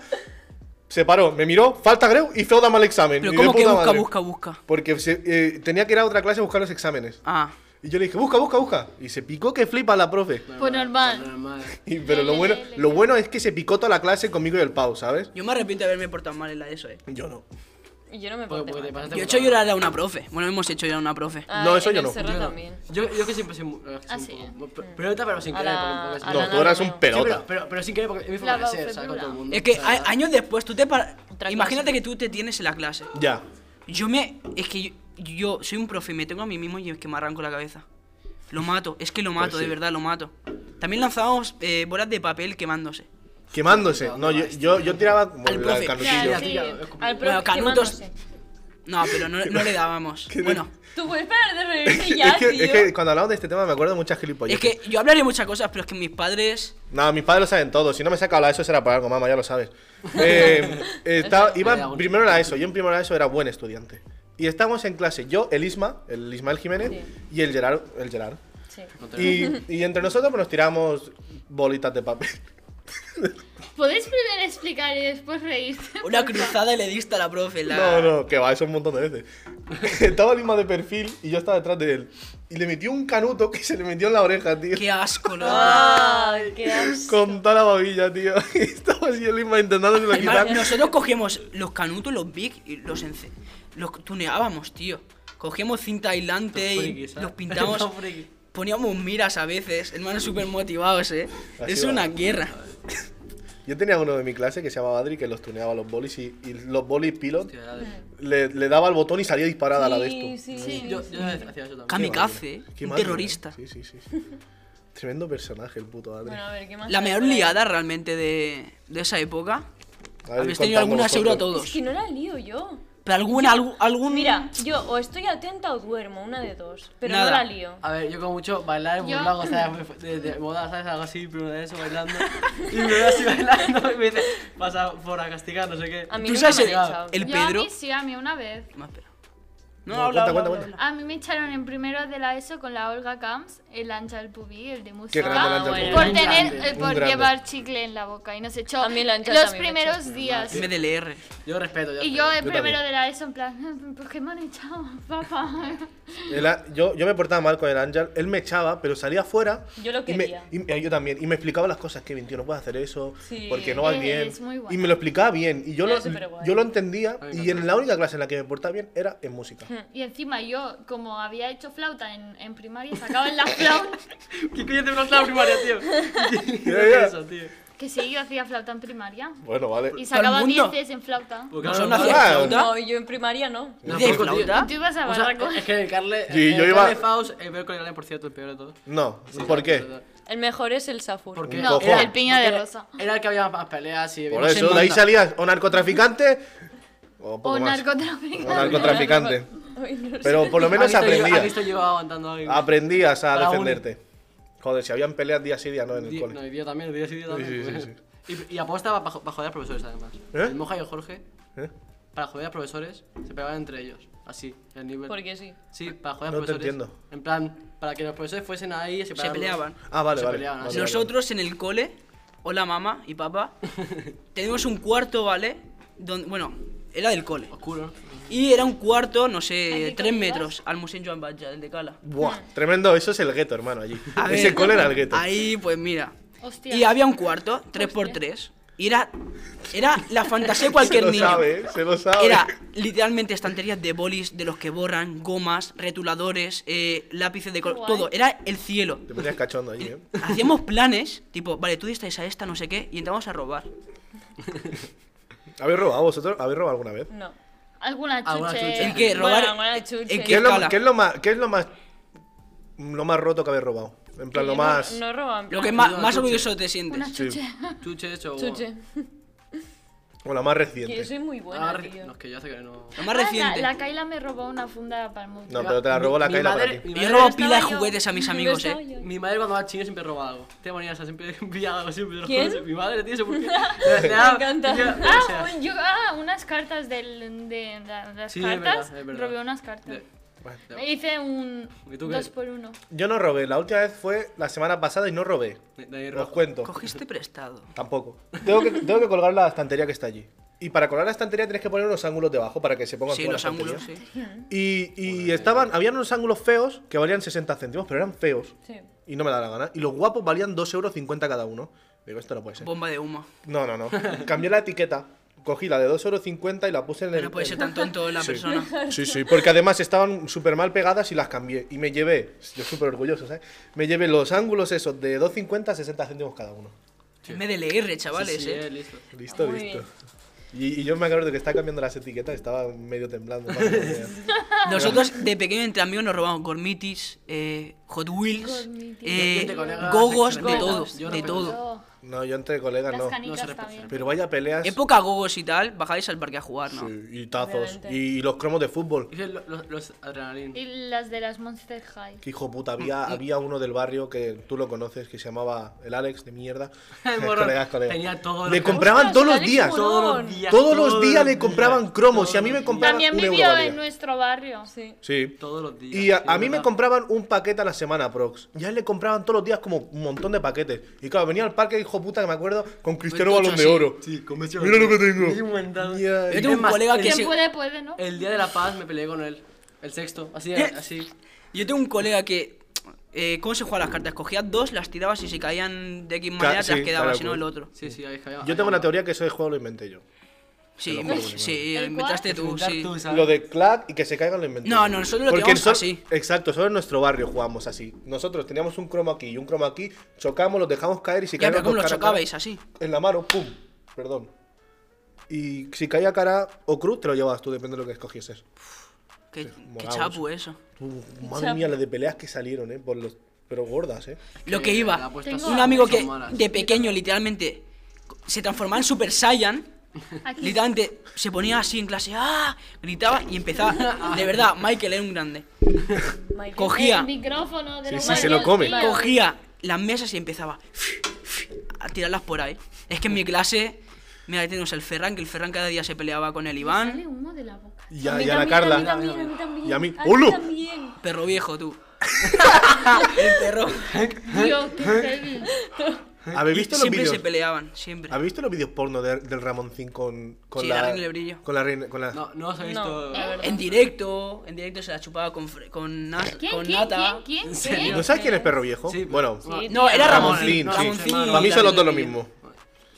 A: se paró, me miró, falta creo, y feo dame el examen.
B: Pero
A: y de
B: ¿cómo que
A: puta
B: busca,
A: madre.
B: busca, busca?
A: Porque se- eh, tenía que ir a otra clase a buscar los exámenes.
B: Ah.
A: Y yo le dije, busca, busca, busca. Y se picó que flipa la profe.
E: Pues normal.
D: normal.
A: Y- pero lo bueno, lo bueno es que se picó toda la clase conmigo y el Pau, ¿sabes?
B: Yo me arrepiento de haberme portado mal en la ESO, eh.
A: Yo no.
C: Y yo no me
D: Porque-
C: puedo
D: porque te pasaste
B: Yo he
D: por
B: hecho
D: la-
B: llorar a una profe. Bueno, hemos hecho llorar a una profe.
C: Ah,
A: No, eso yo no.
D: Yo no.
C: también.
D: Yo, yo que siempre soy. mu- eh,
E: Ah,
D: soy un
E: sí.
D: poco- pe- Pelota, pero sin
C: A
D: querer.
C: la-
D: porque- porque-
C: a
D: sí,
A: No,
C: la
A: tú eras
C: nana,
A: un
C: no.
A: pelota.
D: pero, pero, pero sin querer, porque es mi forma
E: La
D: de ser, ¿sabes? Con
E: bauceflura.
D: todo el mundo.
B: Es que
D: ¿sabes?
B: a- años después tú te paras.
C: Otra
B: Imagínate
C: cosa.
B: que tú te tienes en la clase.
A: Ya.
B: Yo me. Es que yo, yo soy un profe y me tengo a mí mismo y es que me arranco la cabeza. Lo mato, es que lo mato,
A: Pues sí.
B: de verdad, lo mato. También lanzábamos eh, bolas de papel quemándose.
A: Quemándose. No, yo, yo, yo tiraba como
B: Al
A: la
B: profe.
A: canutillo. [LAUGHS]
D: Ya,
E: sí.
D: ya, ya, escupí.
C: Al
B: Bueno,
C: profe
B: Canutos-
C: quemándose.
B: No, pero no, no
A: [LAUGHS]
B: le dábamos. Bueno,
C: Tú puedes parar de reírte ya,
A: es, que,
C: tío.
A: es que cuando hablamos de este tema me acuerdo de muchas gilipollas.
B: es que yo hablaré muchas cosas, pero es que mis padres.
A: No, mis padres lo saben todo. Si no me saca la ESO será por algo, mamá, ya lo sabes. [LAUGHS] Eh, estaba- iba primero a la ESO. Yo en primero a la ESO era buen estudiante. Y estábamos en clase, yo, el Isma, el Ismael Jiménez
C: Sí.
A: y el Gerard. El Gerard.
C: Sí.
D: No te-
A: Y, y entre nosotros pues, nos tiramos bolitas de papel.
E: ¿Podéis primero explicar y después reírse?
B: Una cruzada y le diste a la profe. La...
A: No, no, que va, eso un montón de
B: [LAUGHS]
A: veces. estaba el Isma de perfil y yo estaba detrás de él. Y le metió un canuto que se le metió en la oreja, tío.
B: Qué asco, ¿no?
C: Ah. Ay, qué asco.
A: Con toda la babilla, tío. [LAUGHS] Y estaba así el Isma intentando se lo
B: Además,
A: quitar.
B: nosotros cogíamos los canutos, los big y los, ence- los tuneábamos, tío. Cogíamos cinta aislante y
D: friki, ¿sabes?
B: los
D: [LAUGHS]
B: pintamos.
D: ¿eh? Los friki.
B: Poníamos miras a veces, hermanos súper motivados, eh.
A: Así
B: es
A: va.
B: una guerra.
A: Yo tenía uno de mi clase que se llamaba Adri que los tuneaba los bolis y, y los bolis pilot
D: Tío, era de-
A: le, le daba al botón y salía disparada la de
C: Sí,
A: esto.
C: sí,
E: Sí.
D: Yo yo hacía eso también.
B: Kamikaze, eh.
A: Qué
B: Un
A: madre,
B: terrorista.
A: eh. Sí, sí, sí. sí. Tremendo personaje el puto Adri.
C: Bueno, a ver, ¿qué más?
B: La
C: hay
B: mejor
C: por ahí?
B: liada realmente de, de esa época.
A: A ver,
B: Habéis
A: contadnos
B: tenido alguna seguro a
A: vosotros.
B: todos.
C: Es que no la lío yo.
B: Pero alguna, algún, algún-
C: Mira, yo o estoy atenta o duermo, una de dos. Pero
B: Nada.
C: no la lío.
D: A ver, yo como mucho bailar,
E: Yo-
D: burlar, gozar de, de moda, ¿sabes? Algo así, pero de eso bailando. Y me veo así bailando y me dice, pasa por a castigar, no sé qué.
C: A mí
B: ¿Tú
C: nunca
B: sabes
C: me han
B: el-
C: echado.
B: el-
E: Yo a
B: Pedro.
E: mí sí, a mí una vez.
B: No, espera.
A: No,
B: No, habla,
A: cuenta,
B: habla,
A: cuenta,
B: habla,
A: cuenta.
E: A mí me echaron en primero de la ESO con la Olga Camps, el Anja el Pubí, el de música.
A: grande el Anja el
C: Pubí.
E: por
D: Un
E: tener,
D: grande,
E: eh,
A: un
E: por
A: grande.
E: llevar chicle en la boca y nos echó
C: A mí el Anja
E: los
C: también me
E: primeros
C: echó.
E: días.
B: habla. MDLR.
D: Yo respeto, yo
E: Y yo en
A: Yo
E: primero
A: también.
E: de la ESO en plan, "Mm, ¿por qué me han echado, [LAUGHS] papá?
A: El a- yo, yo me portaba mal con el Ángel, él me echaba, pero salía afuera.
C: Yo lo
A: y me-
C: quería.
A: Y me- yo también. Y me explicaba las cosas, Kevin, tío, no puedes hacer eso,
C: Sí,
A: porque no vas
E: es
A: bien.
E: muy guay.
A: Y me lo explicaba bien. Y yo,
C: Era
A: lo,
C: superguay.
A: yo lo entendía.
D: Ay,
A: Y
D: no.
A: en la única clase en la que me portaba bien era en música.
C: Hmm.
A: [LAUGHS]
E: Y encima yo, como había hecho flauta en, en primaria, sacaba en
A: [LAUGHS]
E: la [LAUGHS] flauta,
D: ¿Qué coño te una la primaria, tío? ¿Qué
A: Ya, ya.
D: es eso, tío?
E: que sí, yo hacía flauta en primaria.
A: Bueno, vale. Ah,
E: Y sacaba
B: el mundo?
E: dieces en flauta.
D: Porque
B: No,
D: ahora
B: son
D: los-
A: hacía-
B: una
C: No, yo en primaria no.
D: No,
B: ¿De
D: poco, tío.
B: flauta?
E: Tú ibas a
D: O sea, eh,
E: barraco.
D: es que el Carle.
A: Sí,
D: el
A: yo iba-
D: Carle Faust, el peor coreano, por cierto, el peor de todos.
A: No, ¿por qué?
C: El mejor es el Safur.
D: Porque
A: No, cojón. el
E: piña de
D: porque
E: rosa.
D: Era el que había más peleas y.
A: Por
D: no sé,
A: eso, de ahí
D: manda.
A: salías o narcotraficante o poco
E: O
A: más. O
E: narcotraficante.
A: narcotraficante.
C: [LAUGHS] Ay, no sé.
A: Pero por lo menos
D: Ha visto yo- Ha
A: aprendías.
D: visto yo aguantando algo.
A: Aprendías a
D: Para uno.
A: defenderte. Joder, si habían peleas día sí, día no en el
D: Di- No,
A: cole.
D: y día también, el día sí, día
A: Sí,
D: también.
A: sí, sí,
D: Y, y apostaba para, jo- para joder a profesores, además.
A: ¿Eh?
D: El Moja y el Jorge,
A: ¿Eh?
D: para joder a profesores, se pegaban entre ellos. Así, el nivel.
C: Porque sí.
D: Sí, para joder a
A: No te
D: profesores.
A: entiendo.
D: En plan, para que los profesores fuesen ahí y se,
B: Se peleaban.
A: Ah, vale,
D: Se
A: vale.
D: peleaban,
A: vale,
D: así.
A: vale.
B: Nosotros en el cole, hola mamá
A: [LAUGHS]
B: y papá, tenemos un cuarto, ¿vale? Don- bueno, era del cole.
D: Oscuro.
B: Y era un cuarto, no
E: ¿Aquí
B: sé,
E: con
B: tres
E: uvas?
B: metros al Museo Joan Batlle, el de Cala.
A: Buah, tremendo, eso es el gueto, hermano, allí.
B: Hmm. A
A: Ese
B: ver,
A: cole era el gueto.
B: Ahí, pues mira.
E: Hostia.
B: Y había un cuarto, 3x3. Y era, era la fantasía
A: [LAUGHS]
B: de cualquier
A: [LAUGHS] se lo
B: niño.
A: sabe, ¿eh? se lo sabe.
B: Era literalmente estanterías de bolis, de los que borran, gomas, retuladores, eh, lápices de color,
E: Guay.
B: todo. Era el cielo.
A: Te ponías cachondo allí, ¿eh?
B: Hacíamos planes, tipo, vale, tú distas a esta, no sé qué, y entramos a robar.
A: ¿Habéis robado vosotros? ¿Habéis robado alguna vez?
C: No.
E: [LAUGHS] Alguna
D: Alguna
E: chuche. Ah,
D: chuche.
B: ¿En qué? ¿Robar?
C: Bueno, bueno, chuche.
B: ¿En
A: ¿Qué
B: qué
A: es, lo,
B: escala?
A: qué es lo más, qué es lo más, lo más roto que habéis robado? En plan, lo
C: Yo no-
A: más.
C: No, roban.
B: Lo que
D: Ah,
B: más,
D: no,
B: más
D: chuche.
B: orgulloso te sientes.
E: Una
A: Sí.
E: chuche.
D: Chuche hecho.
C: Chuche. [LAUGHS]
A: O la más
C: Que yo
A: reciente.
C: soy muy buena, tío.
D: no, es que yo hace que no.
B: Lo más
E: Ah, la,
B: reciente.
E: la Kaila me robó una funda para el mundo.
A: No, pero te la robó la
D: Mi-
A: Kaila
D: mi
A: para
D: madre-
A: ti.
D: mi
B: Yo he
D: madre-
B: robado pila de
E: estaba yo.
B: juguetes
C: [LAUGHS]
B: a mis amigos,
C: estaba
B: eh.
C: yo.
D: Mi madre cuando va al chino siempre robaba algo. Te ponía esa, siempre [LAUGHS] enviaba algo, siempre los
C: ¿Quién?
D: juegos. Mi madre, tío,
C: [LAUGHS]
D: eso porque.
C: encanta.
E: Ah, un- yo, ah, unas cartas del, de, de- las
D: Sí, es verdad,
E: cartas.
D: es verdad.
E: Robé unas cartas.
D: de-
E: Me hice un
D: ¿Y tú qué?
E: 2 por 1
A: Yo no robé, la última vez fue la semana pasada y no robé.
D: de- de ahí
A: Os
D: rojo.
A: cuento.
B: Cogiste prestado.
A: Tampoco. Tengo que, tengo que colgar la estantería que está allí. Y para colgar la estantería tienes que poner unos ángulos debajo para que se pongan
B: Sí,
A: todas
B: los
A: las
B: ángulos, sí.
A: estanterías. Y, y estaban, habían unos ángulos feos que valían 60 céntimos, pero eran feos.
C: Sí.
A: Y no me da la gana. Y los guapos valían 2,50 euros cada uno. Digo, esto no puede ser.
B: Bomba de humo.
A: No, no, no. Cambié la etiqueta. cogí la de 2,50€ y la puse en el.
B: No puede ser tan tonto la
A: Sí.
B: persona.
A: Sí, sí, porque además estaban súper mal pegadas y las cambié. Y me llevé, yo súper orgulloso, ¿sabes? Me llevé los ángulos esos de 2,50 a 60 céntimos cada uno.
B: MDLR, chavales,
D: sí, sí,
B: eh.
D: eh, listo.
A: Listo,
C: Muy
A: listo.
C: bien.
A: Y, y yo me acuerdo que estaba cambiando las etiquetas, estaba medio temblando. para que no veas.
B: Nosotros de pequeño entre amigos nos robamos gormitis, eh, Hot Wheels,
E: Gormitis.
B: eh,
D: Gente, colegas,
B: gogos, de
D: excelente.
B: todo,
D: Yo no
B: de
D: me
B: todo.
E: Yo,
A: no, yo entre colegas
E: las
A: no.
E: canicas
D: no se
E: también.
A: Pero vaya peleas
B: Época gogos y tal, bajáis al parque a jugar, ¿no?
A: sí, y tazos
C: Obviamente.
A: y, los cromos de fútbol.
D: [LAUGHS] Hice lo- los, los adrenalín.
E: Y las de las Monster High.
A: Que hijo puta,
D: [LAUGHS]
A: había, había uno del barrio que tú lo conoces que se llamaba el Alex de
D: [LAUGHS]
A: mierda. [LAUGHS]
D: Morro,
A: colegas, colegas.
D: Tenía todo
A: Le compraban todos los
C: Alex
A: días.
C: Morón.
D: todos los días.
A: Todos los días le
D: días,
A: compraban cromos
D: todos
A: y a mí
D: los
A: me
D: días,
A: compraban
E: También
A: un euro
E: vivió
A: valía.
E: en nuestro barrio.
C: Sí.
A: Sí.
D: Todos los días.
A: Y a,
D: sí,
A: a
D: es
A: mí me
D: verdad.
A: compraban un paquete a la semana, prox. Y a él le compraban todos los días como un montón de paquetes. Y claro, venía al parque, hijo puta, que me acuerdo, con Cristiano
B: tocho
A: Balón de
B: así.
A: Oro.
D: Pues, Sí, con Messi
A: Mira lo que tengo.
D: Sí, buen dado.
A: Ya,
B: Yo
A: y-
B: tengo
D: Es
B: un
D: más,
B: colega que
E: Quien
B: se-
E: puede, puede, ¿no?
D: El día de la paz me peleé con él. El sexto. Así,
B: ¿Eh?
D: así.
B: Yo tengo un colega que. eh, ¿Cómo se juegan las cartas? Cogías dos, las tirabas y si caían de X manera te
A: sí,
B: las quedabas,
A: tal
B: si no
A: cual.
B: el otro.
D: Sí, sí, ahí ahí-
A: Yo tengo la
D: ahí-
A: teoría que eso de juego lo inventé yo.
B: Sí,
A: lo juro,
B: sí,
A: mi
B: sí,
E: madre.
B: lo inventaste
E: ¿El
B: tú,
D: Inventar
B: sí.
D: tú, ¿sabes?
A: Lo de clac y que se caigan lo inventé.
B: Ah. No,
A: yo.
B: no, nosotros lo
A: Porque
B: llevamos
A: solo-
B: así.
A: Exacto, solo en nuestro barrio jugamos así. Nosotros teníamos un cromo aquí y un cromo aquí, chocamos, los dejamos caer y si
B: Ya,
A: caían
B: pero ¿cómo
A: los
B: lo
A: cara a cara-
B: chocabais así?
A: En la mano, pum, perdón. Y si caía cara o cruz, te lo llevabas tú, depende de lo que escogieses.
B: Qué, qué
A: molábamos.
B: chapu eso.
A: Uf, madre mía, las de peleas que salieron, ¿eh? Por los, pero gordas, ¿eh?
B: Lo que
D: la
B: iba.
D: apuesta
E: Tengo-
B: Un amigo
D: son
B: que
D: malas.
B: de pequeño literalmente se transformaba en Super Saiyan.
E: Aquí.
B: Literalmente se ponía así en clase, ¡ah! Gritaba y
D: [LAUGHS]
B: empezaba. De verdad, Michael era un grande.
C: Michael.
B: Cogía,
E: El micrófono de
A: Sí,
E: los
A: sí, se lo
E: baños,
A: come.
E: tío.
B: cogía las mesas y empezaba a tirarlas por ahí. Es que en mi clase, mira, ahí tenemos el Ferran, que el Ferran cada día se peleaba con el
E: Sale
B: Iván.
E: humo de la boca.
A: Y a,
C: mí
A: y a la
C: también,
A: Carla.
C: A mí también, a mí también.
A: Y a mí.
C: mí
A: ¡Hola!
C: también.
B: Perro viejo, tú. [LAUGHS] el perro.
E: Dios, qué heavy.
A: ¿Habéis visto los
B: siempre se
A: vídeos?
B: peleaban, siempre.
A: ¿Habéis visto los vídeos porno de- del Ramoncín con, con
B: Sí, la reina del brillo.
A: Con la reina. Con la...
D: No, no os he visto.
C: No, la verdad.
B: En directo, en directo se la chupaba con, fre- con, na-
E: ¿Quién,
B: con
E: quién,
B: nata.
E: quién, quién,
D: ¿En serio?
A: ¿No sabes quién es perro viejo?
D: Sí,
A: bueno,
D: sí.
B: No, era
A: Ramoncín,
B: Ramoncín.
A: sí.
B: Ramoncín
D: Para
A: para mí
B: y
A: son los dos
B: David
A: lo
B: Villa.
A: mismo.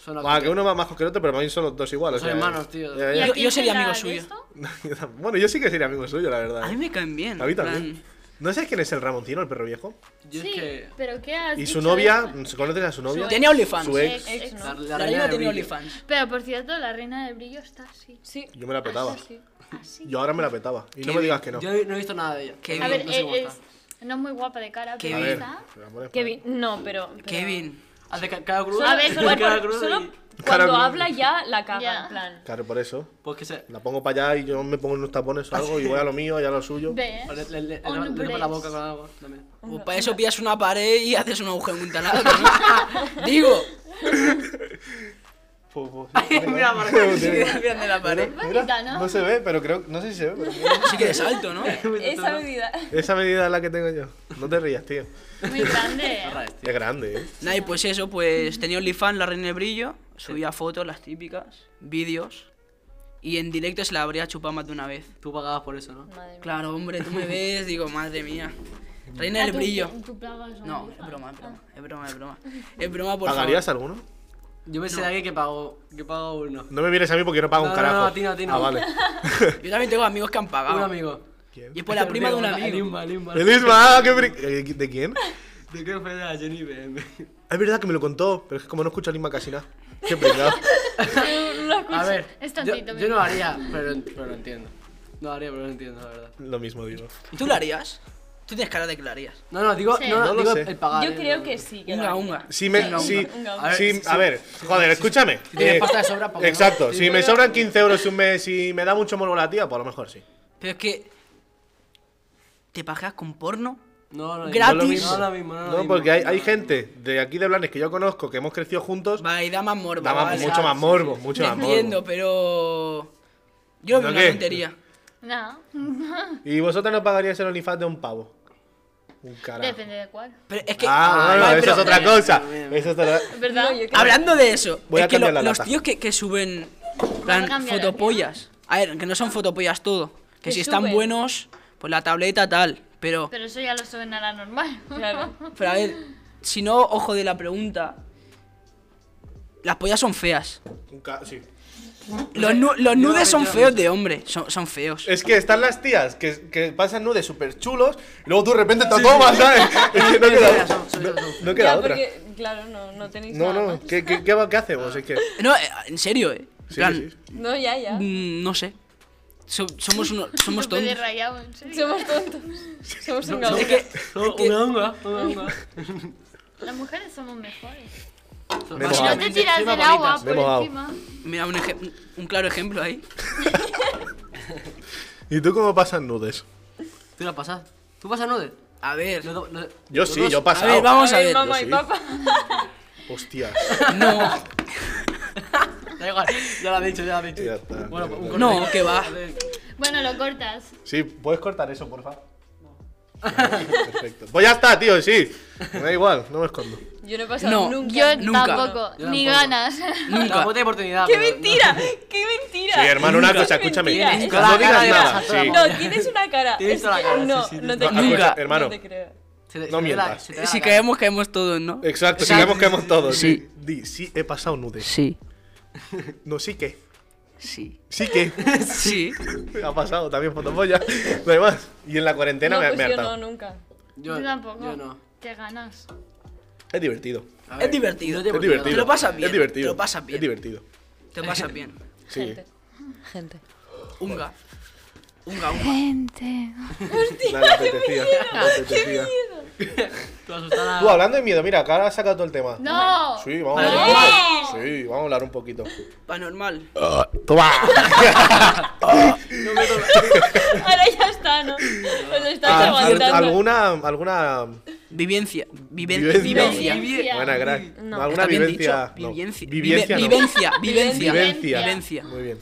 D: Son las
A: Ah, que uno más majo que el otro, pero para mí son los dos iguales.
D: Son
A: o sea,
D: hermanos, tío.
A: ya,
E: ¿Y
A: ya. [LAUGHS]
E: a
B: Yo-
E: quién
B: yo sería
E: te la
B: amigo
E: de
B: suyo.
E: esto?
A: bueno, yo sí que sería amigo suyo, la verdad. ¿eh?
B: A mí me caen bien.
A: A mí
B: en plan,
A: también. ¿No sabes quién es el Ramoncino, el perro viejo?
D: Yo es
E: Sí,
D: que.
E: pero ¿qué has
A: Y su
E: dicho
A: novia,
E: de
A: ¿se conocen a su novia?
B: Tenía OnlyFans.
A: Su
E: esto?
A: ex.
E: Ex, ex.
C: Exacto.
B: La reina tenía
D: brillo.
B: OnlyFans.
E: Pero por cierto, la reina del brillo está así.
C: Sí.
A: Yo me la petaba.
E: Así, así.
A: Yo ahora me la petaba. Y no me digas que no.
D: Yo no he visto nada de ella.
B: Qué
E: A
B: bien.
E: ver,
D: no sé cómo
E: eh, es,
D: está.
E: no es muy guapa de cara,
B: Qué
E: pero
A: A
B: bien.
A: ver.
E: está.
A: pero amor,
C: Kevin. No, pero. pero-
B: Kevin.
D: Hace ca- cada cruz.
C: Solo-
E: A ver,
D: hace
E: solo por-
D: cada cruz
C: Solo
D: y-
A: Cara
C: cuando
A: cruz.
C: habla ya la caga,
E: Ya.
C: en plan.
A: Claro, por eso.
D: Pues que se.
A: La pongo para allá y yo me pongo unos tapones o algo y voy a lo mío y a lo suyo.
E: ¿Ves?
D: Le, le, le, le,
E: Hombres.
D: le tapo la boca con agua también.
B: Pues para eso pillas una pared y haces un agujero en un taladro, ¿no? Digo.
A: Fu, fu, [LAUGHS] sí.
B: Mira, Marcos, sí, mira de la pared.
E: Bonita, ¿no?
A: No se ve, pero creo. No sé si se ve.
B: [LAUGHS]
A: pero-
B: Sí que de salto, ¿no?
C: Esa medida.
A: Esa medida es la que tengo yo. No te rías, tío.
E: Muy grande.
D: Arra, este.
A: Es grande, ¿eh?
B: Nada, y pues eso, pues tenía OnlyFans, la reina de brillo, subía fotos, las típicas, vídeos, y en directo se la habría chupado más de una vez.
D: Tú pagabas por eso, ¿no?
C: Madre mía.
B: Claro, hombre, tú me ves, digo, madre
C: [LAUGHS]
B: mía. Reina
E: Ah,
B: del
E: tú-
B: brillo.
E: tú pagas un
B: No,
E: iPhone.
B: es broma, es broma,
C: Ah.
B: es broma, es broma. Es broma, por
A: ¿Pagarías
B: favor.
A: alguno?
D: Yo pensé de alguien que pagó, que pagó uno.
A: No me mires a mí porque yo no pago
D: No,
A: un
D: no,
A: carajo.
D: no, a ti no, a ti no.
A: Ah,
D: [LAUGHS]
A: vale.
B: Yo también tengo amigos que han
D: Un
B: pagado.
D: amigo.
B: Y es por la prima de un
D: El
B: amigo.
D: Imba, el Imba.
A: El Isma, ah, qué bri- eh, ¿De quién?
D: ¿De qué fue la Jenny BM?
A: Es verdad que me lo contó, pero es que como no escucho al Isma casi nada. Qué
D: [LAUGHS]
A: pringado.
D: A ver,
E: Es
D: yo,
E: tontito,
D: yo
E: mira.
D: no lo haría, pero, ent- pero lo entiendo. No lo haría, pero lo entiendo, la verdad.
A: Lo mismo digo.
B: ¿Tú lo harías? Tú tienes cara de que lo harías.
D: No, no, digo,
E: Sí.
D: no,
A: No lo
D: digo
A: sé.
D: el pagar.
C: Yo
D: eh,
C: creo
D: no.
C: que sí. Que
B: Unga,
C: lo-
B: unga.
A: Si me.
D: Venga,
A: si,
C: venga.
A: a ver, si-
D: sí,
A: a ver, joder, escúchame.
D: tienes
A: Eh,
D: pasta de sobra, poco, ¿no?
A: Exacto,
D: Sí,
A: si me sobran 15 euros un mes y me da mucho morbo la tía, pues a lo mejor sí.
B: Pero es que. ¿Te pajeas con porno?
D: No, no,
B: Gratis.
D: No, lo mismo, no, lo mismo, no, lo
A: No,
D: mismo.
A: porque hay, hay gente de aquí de Blanes que yo conozco, que hemos crecido juntos,
B: Vale, da más morbo.
A: daba
B: vale.
A: mucho más morbo, mucho
B: Me
A: más morbo.
B: entiendo, pero. Yo lo veo
A: ¿No
B: una
A: qué?
B: tontería.
E: No,
A: Y vosotros no pagaríais el OnlyFans de un pavo. Un carajo.
E: depende de cuál.
B: Pero es que.
A: Ah, bueno,
B: vale,
A: eso es
B: pero-
A: otra cosa. Eso es otra-
E: Es verdad.
C: No, yo creo-
B: Hablando de eso,
A: Voy a
B: es que lo-
A: cambiar la
B: los
A: lata.
B: tíos que, que suben
E: a
B: plan,
E: cambiar el
B: fotopollas. A ver, que no son fotopollas todo. Que
C: Que
B: si están
C: suben.
B: buenos, pues la tableta tal. Pero,
E: Pero eso ya lo suben a la normal. [LAUGHS]
C: Claro.
B: pero a ver, si no, ojo de la pregunta. Las pollas son feas.
A: Un ca- sí.
B: Los, nu- los
D: Yo-
B: nudes son
D: yo-
B: feos de hombre. Son, son feos.
A: Es que están las tías que, que pasan nudes súper chulos y luego tú de repente te tomas, ¿sabes? Es que no queda,
D: Son- son- son- son.
A: no queda
C: ya,
A: otra.
C: porque, claro, no, no tenéis
A: No,
C: nada
A: no,
C: más.
A: ¿qué, qué, qué, va- qué hacemos? Es que.
B: No, eh, en serio, eh. En
A: Sí,
B: plan,
A: sí, sí.
C: No, ya, ya.
B: mm, No sé. So- somos uno- somos
E: Tope de
B: tontos.
E: rayado, en serio.
C: Somos tontos. Somos un
D: No,
C: gaúcho.
D: es que- no, una honga, una honga.
E: Las mujeres somos mejores.
D: Son-
A: Memo
E: Si no te
A: Básicamente,
E: tiras
D: son
E: del
D: favoritas.
E: agua
A: Me he mojado.
E: por encima.
B: Mira, un, ejem- un claro ejemplo ahí.
A: ¿Y tú cómo pasas nudes?
D: ¿Tú la pasas? ¿Tú pasas nudes?
B: A ver.
D: Los do- los-
A: Yo
D: los
A: sí,
D: dos-
A: yo paso.
B: A ver, vamos a
C: Ay,
B: ver.
C: mamá
A: yo
C: y
A: sí.
C: papá.
A: Hostias.
B: No,
D: Da igual, ya lo has dicho, ya lo has dicho.
A: Ya está.
D: Bueno, un corte.
B: no, que va.
E: Bueno, lo cortas.
A: Sí, puedes cortar eso, por favor. Perfecto. Pues ya está, tío, sí. Me da igual, no me escondo.
C: Yo no he pasado
B: No,
C: nunca.
E: Yo
B: Nunca.
E: tampoco,
D: Yo
E: ni
D: tampoco.
E: ganas.
B: [LAUGHS] Nunca.
D: Tampoco hay oportunidad.
C: ¡Qué
D: pero-
C: mentira! ¡Qué mentira!
A: Sí, hermano, una
C: Eso es
A: cosa, escúchame.
C: mentira,
A: No
D: Tienes
C: eso
D: toda la
A: digas
D: cara de
A: nada,
D: pasar toda
A: sí.
D: la
C: No, tienes una cara.
D: Tienes
C: es
D: toda la
C: que
D: cara, sí,
C: No,
D: sí,
C: no
D: tienes
C: te
A: toda la
C: creo.
A: cara.
C: No te
A: Hermano.
C: creo.
D: Se te-
A: No
D: se te da-
A: mientas.
D: se te da
B: Si
D: la cara.
B: caemos, caemos todos, ¿no?
A: Exacto,
B: Exacto.
A: sigamos que hemos todos.
B: Sí.
A: Sí. Di, sí, he pasado nudes.
B: Sí,
A: No, sí que.
B: sí.
A: Sí que.
B: Sí.
A: Ha pasado también fotopolla. No hay más. Y en la cuarentena
C: No,
A: me,
C: pues
A: me ha
C: yo
A: hartado.
C: no, nunca.
E: [LAUGHS] Yo tampoco.
D: Yo no.
E: Qué ganas.
A: Es divertido.
D: A
B: Es divertido.
D: no te
A: Es
D: oportunidad.
A: divertido.
B: Te lo pasas bien,
A: Es divertido.
B: te lo pasas bien.
A: Es divertido.
B: [LAUGHS] Te pasas bien.
A: Sí.
C: Gente. Gente.
B: Unga. Unga, unga.
E: Gente.
A: Nada, me
B: [LAUGHS]
A: apetecía. me apetecía.
D: Tú asustada.
A: Tú hablando de miedo, mira, acá has sacado todo el tema.
E: No.
A: Sí, vamos a hablar. Sí, vamos a hablar un poquito. Ah,
B: Paranormal.
A: Toma.
C: [LAUGHS] Ahora ya está, ¿no? Os
A: Al-
C: estáis
A: Ah, al-
C: aguantando.
A: ¿Alguna, alguna
B: Vivencia. Viven-
A: Vivencia.
B: Vivencia.
E: Vivencia.
A: Buena, crack.
C: No.
A: ¿Alguna
B: Está bien
A: vivencia?
B: dicho.
A: no.
B: Vivencia.
A: Vivencia.
B: Vive-
A: no.
B: Vivencia. Vivencia.
A: Vivencia.
B: Vivencia.
A: Muy bien.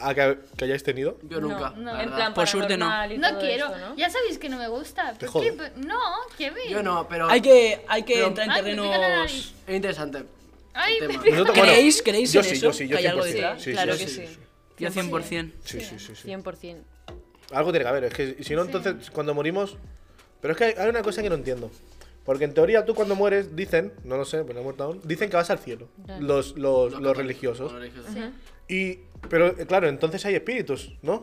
A: ¿A que, que hayáis tenido?
D: Yo nunca.
C: No,
D: la
C: en
D: verdad.
C: plan,
B: Por suerte no.
C: paranormal y
E: No
C: todo
E: quiero.
C: eso, ¿no?
E: Ya sabéis que no me gusta. ¿Por
A: jode.
E: qué? Pero- No, Kevin.
D: Yo no, pero.
B: Hay que, hay que
D: Pero-
B: entrar en
E: Ay, me pica la
B: terrenos.
E: nariz.
D: Es interesante.
E: Ay, me
D: Tema.
E: pica.
A: Nosotros-
B: ¿Creéis- creéis
A: yo
B: en
A: sí,
B: eso?
A: Yo sí, yo
B: ¿Que hay algo
A: 100%.
B: detrás?
A: Sí, sí,
C: Claro
A: sí,
C: que
A: sí,
C: sí.
B: Ya 100%.
A: Sí, sí, sí, sí.
C: 100%.
A: Algo tiene que haber, es que si no, entonces cuando morimos. Pero es que hay, hay una cosa que no entiendo. Porque en teoría tú cuando mueres, dicen, no lo sé, pero no he muerto aún, dicen que vas al cielo.
C: Claro.
A: Los, los, los
D: católicos,
A: religiosos.
D: los religiosos.
A: Y. Pero eh, claro, entonces hay espíritus, ¿no?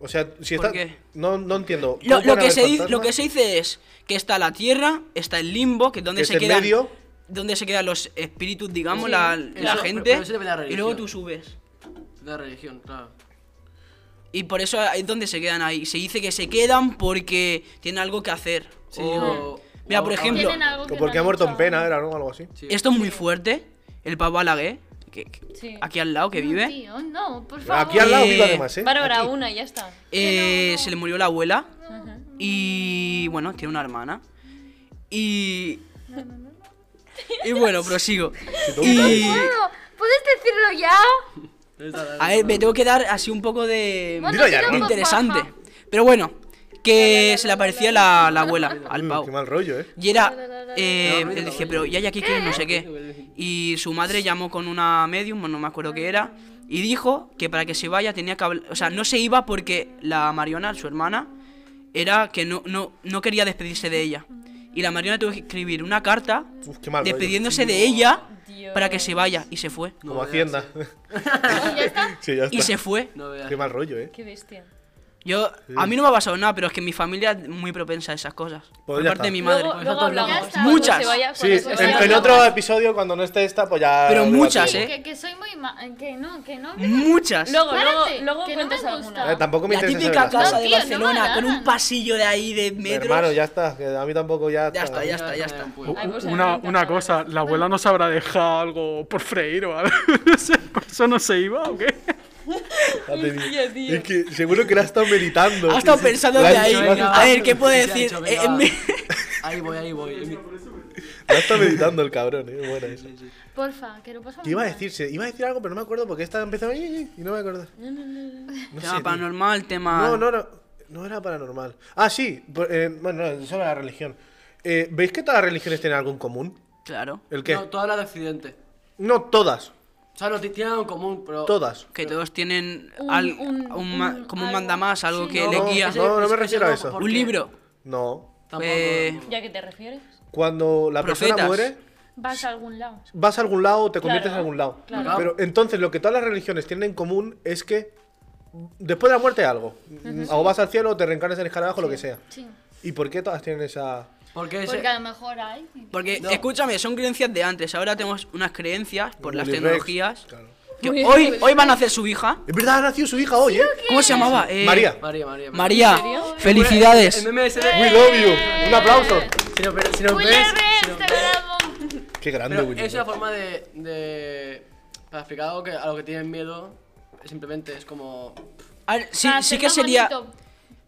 A: O sea, si
B: ¿Por
A: está.
B: qué?
A: No, no entiendo.
B: Lo,
A: ¿Cómo
B: lo
A: pueden
B: que
A: haber
B: se dice,
A: fantasmas?
B: lo que se dice es que está la tierra, está el limbo, que es donde
A: Que
B: se
A: es el
B: quedan.
A: medio.
B: Donde se quedan los espíritus, digamos,
C: Sí,
B: la,
D: eso-
B: la
D: pero-
B: gente.
D: pero eso depende de la
B: y luego
D: religión.
B: tú subes.
D: La religión, claro.
B: Y por eso es donde se quedan ahí. Se dice que se quedan porque tienen algo que hacer.
D: Sí,
B: O-
D: o-
B: Mira,
D: o-
B: por
D: o-
B: ejemplo,
E: [LAUGHS] Tienen algo que
A: O porque ha
E: no han
A: muerto en
E: hecho
A: pena,
E: aún.
A: era, ¿no? Algo así.
D: Sí.
B: esto es muy fuerte. El Pablo Alagué, que, que-
C: Sí.
B: aquí al lado que
E: No,
B: vive,
E: tío, no, por favor.
A: Aquí al lado
B: Eh,
A: vivo además, ¿eh?
C: Bárbara, una, ya está.
B: eh, se le murió la abuela.
C: Ajá.
B: Y bueno, tiene una hermana. Y. Y bueno, prosigo. Y.
E: Bueno, ¿Puedes decirlo ya?
B: A ver, me tengo que dar así un poco de.
E: Bueno,
A: Dilo ya,
E: tira
A: ¿no?
E: con
B: Interesante.
E: paja.
B: Pero bueno, que se le aparecía la, la abuela al
A: Mm,
B: pavo.
A: Qué mal rollo, ¿eh?
B: Y era. eh, él decía, pero ya hay aquí que no sé qué. Y su madre llamó con una medium, no me acuerdo qué era, y dijo que para que se vaya tenía que hablar. O sea, no se iba porque la Mariona, su hermana, era que no, no, no quería despedirse de ella. Y la Mariona tuvo que escribir una carta
A: Uf, qué mal rollo.
B: despidiéndose de ella
C: Dios.
B: para que se vaya. Y se fue.
A: Como Hacienda.
E: Y ya está.
A: [LAUGHS] sí, ya está.
B: Y se fue.
D: No veas.
A: Qué mal rollo, ¿eh?
C: Qué bestia.
B: Yo, a mí no me ha pasado nada, pero es que mi familia es muy propensa a esas cosas.
A: Pues
B: Por
A: ya
B: parte de
A: está.
B: mi madre.
C: Luego, luego
D: Ya
C: hablamos.
E: está.
C: Cuando
B: Muchas.
C: se vaya-
A: Sí,
C: cuando se
A: en,
C: vaya,
A: en
C: hablamos.
A: otro episodio, cuando no esté esta, pues ya.
B: Pero muchas,
E: Sí,
B: ¿eh? Mm.
E: que, que soy muy ma- que no, que no.
B: Muchas.
C: Luego,
E: Párate,
C: luego, luego
E: que no me
C: cuentas
E: gusta.
A: Eh,
C: alguna.
A: tampoco me
B: La
A: interesa
B: típica
A: saber las
B: casa
A: cosas.
B: de
E: No, tío, no me
B: Barcelona
E: la
B: con un
E: hagan.
B: pasillo de ahí de metros.
A: Hermano, ya está. Que a mí tampoco ya. [LAUGHS]
B: Ya está, ya está, ya está.
C: Hay cosas
F: Una,
C: que
F: una
C: nunca
F: cosa, la abuela nos habrá dejado algo por freír o algo. [LAUGHS] No sé, ¿Por eso no se iba o qué?
A: Ya te digo.
C: Hostia, tío.
A: Es que seguro que la has estado meditando.
B: Ha estado pensando
A: La
B: de
A: has
B: ahí.
A: dicho, venga,
B: A ver, ¿qué puedo
D: Ya he
B: decir?
D: dicho,
B: Eh,
D: venga,
B: eh,
D: va.
B: me-
D: Ahí voy, ahí voy. Es mi-
A: La has estado meditando el cabrón, eh. Buena esa.
E: Porfa, que lo pasamos.
A: ¿Qué iba a
E: mal.
A: decir? Se- Iba a decir algo, pero no me acuerdo porque esta empezó ahí y no me acuerdo. No sé,
B: Tema
A: tío.
B: paranormal, tema.
A: No, no, no. No era paranormal. Ah, sí. por- eh, bueno, no, eso era la religión. Eh, ¿Veis que todas las religiones tienen algo en común?
B: Claro.
A: ¿El qué?
D: No,
A: No,
D: tú hablas de accidente.
A: todas.
D: O sea, no ti- tienen algo en común, pero.
A: Todas.
B: Que todos tienen
E: Un-
B: al-
E: un-
B: un ma-
E: un-
B: como un
E: algo.
B: mandamás, algo
E: Sí.
B: que
A: No,
B: le guía.
A: no, no me
D: ese
A: refiero a eso.
D: porque-
B: Un libro.
A: No.
D: Tampoco.
B: Eh,
D: tampoco.
C: ¿Ya que te refieres?
A: Cuando la persona
B: Profetas.
A: muere,
E: vas a algún lado.
A: vas a algún lado, te conviertes
C: Claro,
A: en algún lado.
D: claro.
A: Pero entonces lo que todas las religiones tienen en común es que después de la muerte hay algo. O vas al cielo, o te reencarnas en escarabajo, lo que sea.
E: Sí.
A: ¿Y por qué todas tienen esa...?
D: Porque ese-
E: Porque a lo mejor hay.
B: Porque,
D: No.
B: escúchame, son creencias de antes. Ahora tenemos unas creencias por las
A: Willy Rex?
B: tecnologías.
A: Claro.
B: Que
C: Willy
B: hoy, hoy van a hacer su hija.
A: Es verdad, ha nacido su hija hoy, ¿eh?
B: ¿Cómo se llamaba? Eh,
A: María.
D: María, María.
B: María,
C: serio?
D: El
B: felicidades.
D: meme ese de-
A: We love you. Un aplauso.
D: Si nos ve- si nos
E: Eh, Will este
D: ves- si
E: Rex,
D: nos-
E: te lo
A: Qué grande,
D: Pero
A: Willy.
D: es una forma de, de- Para explicar algo que, a lo que tienen miedo, simplemente es como.
B: A ver, Ah,
E: Ah,
B: sí, sí que sería.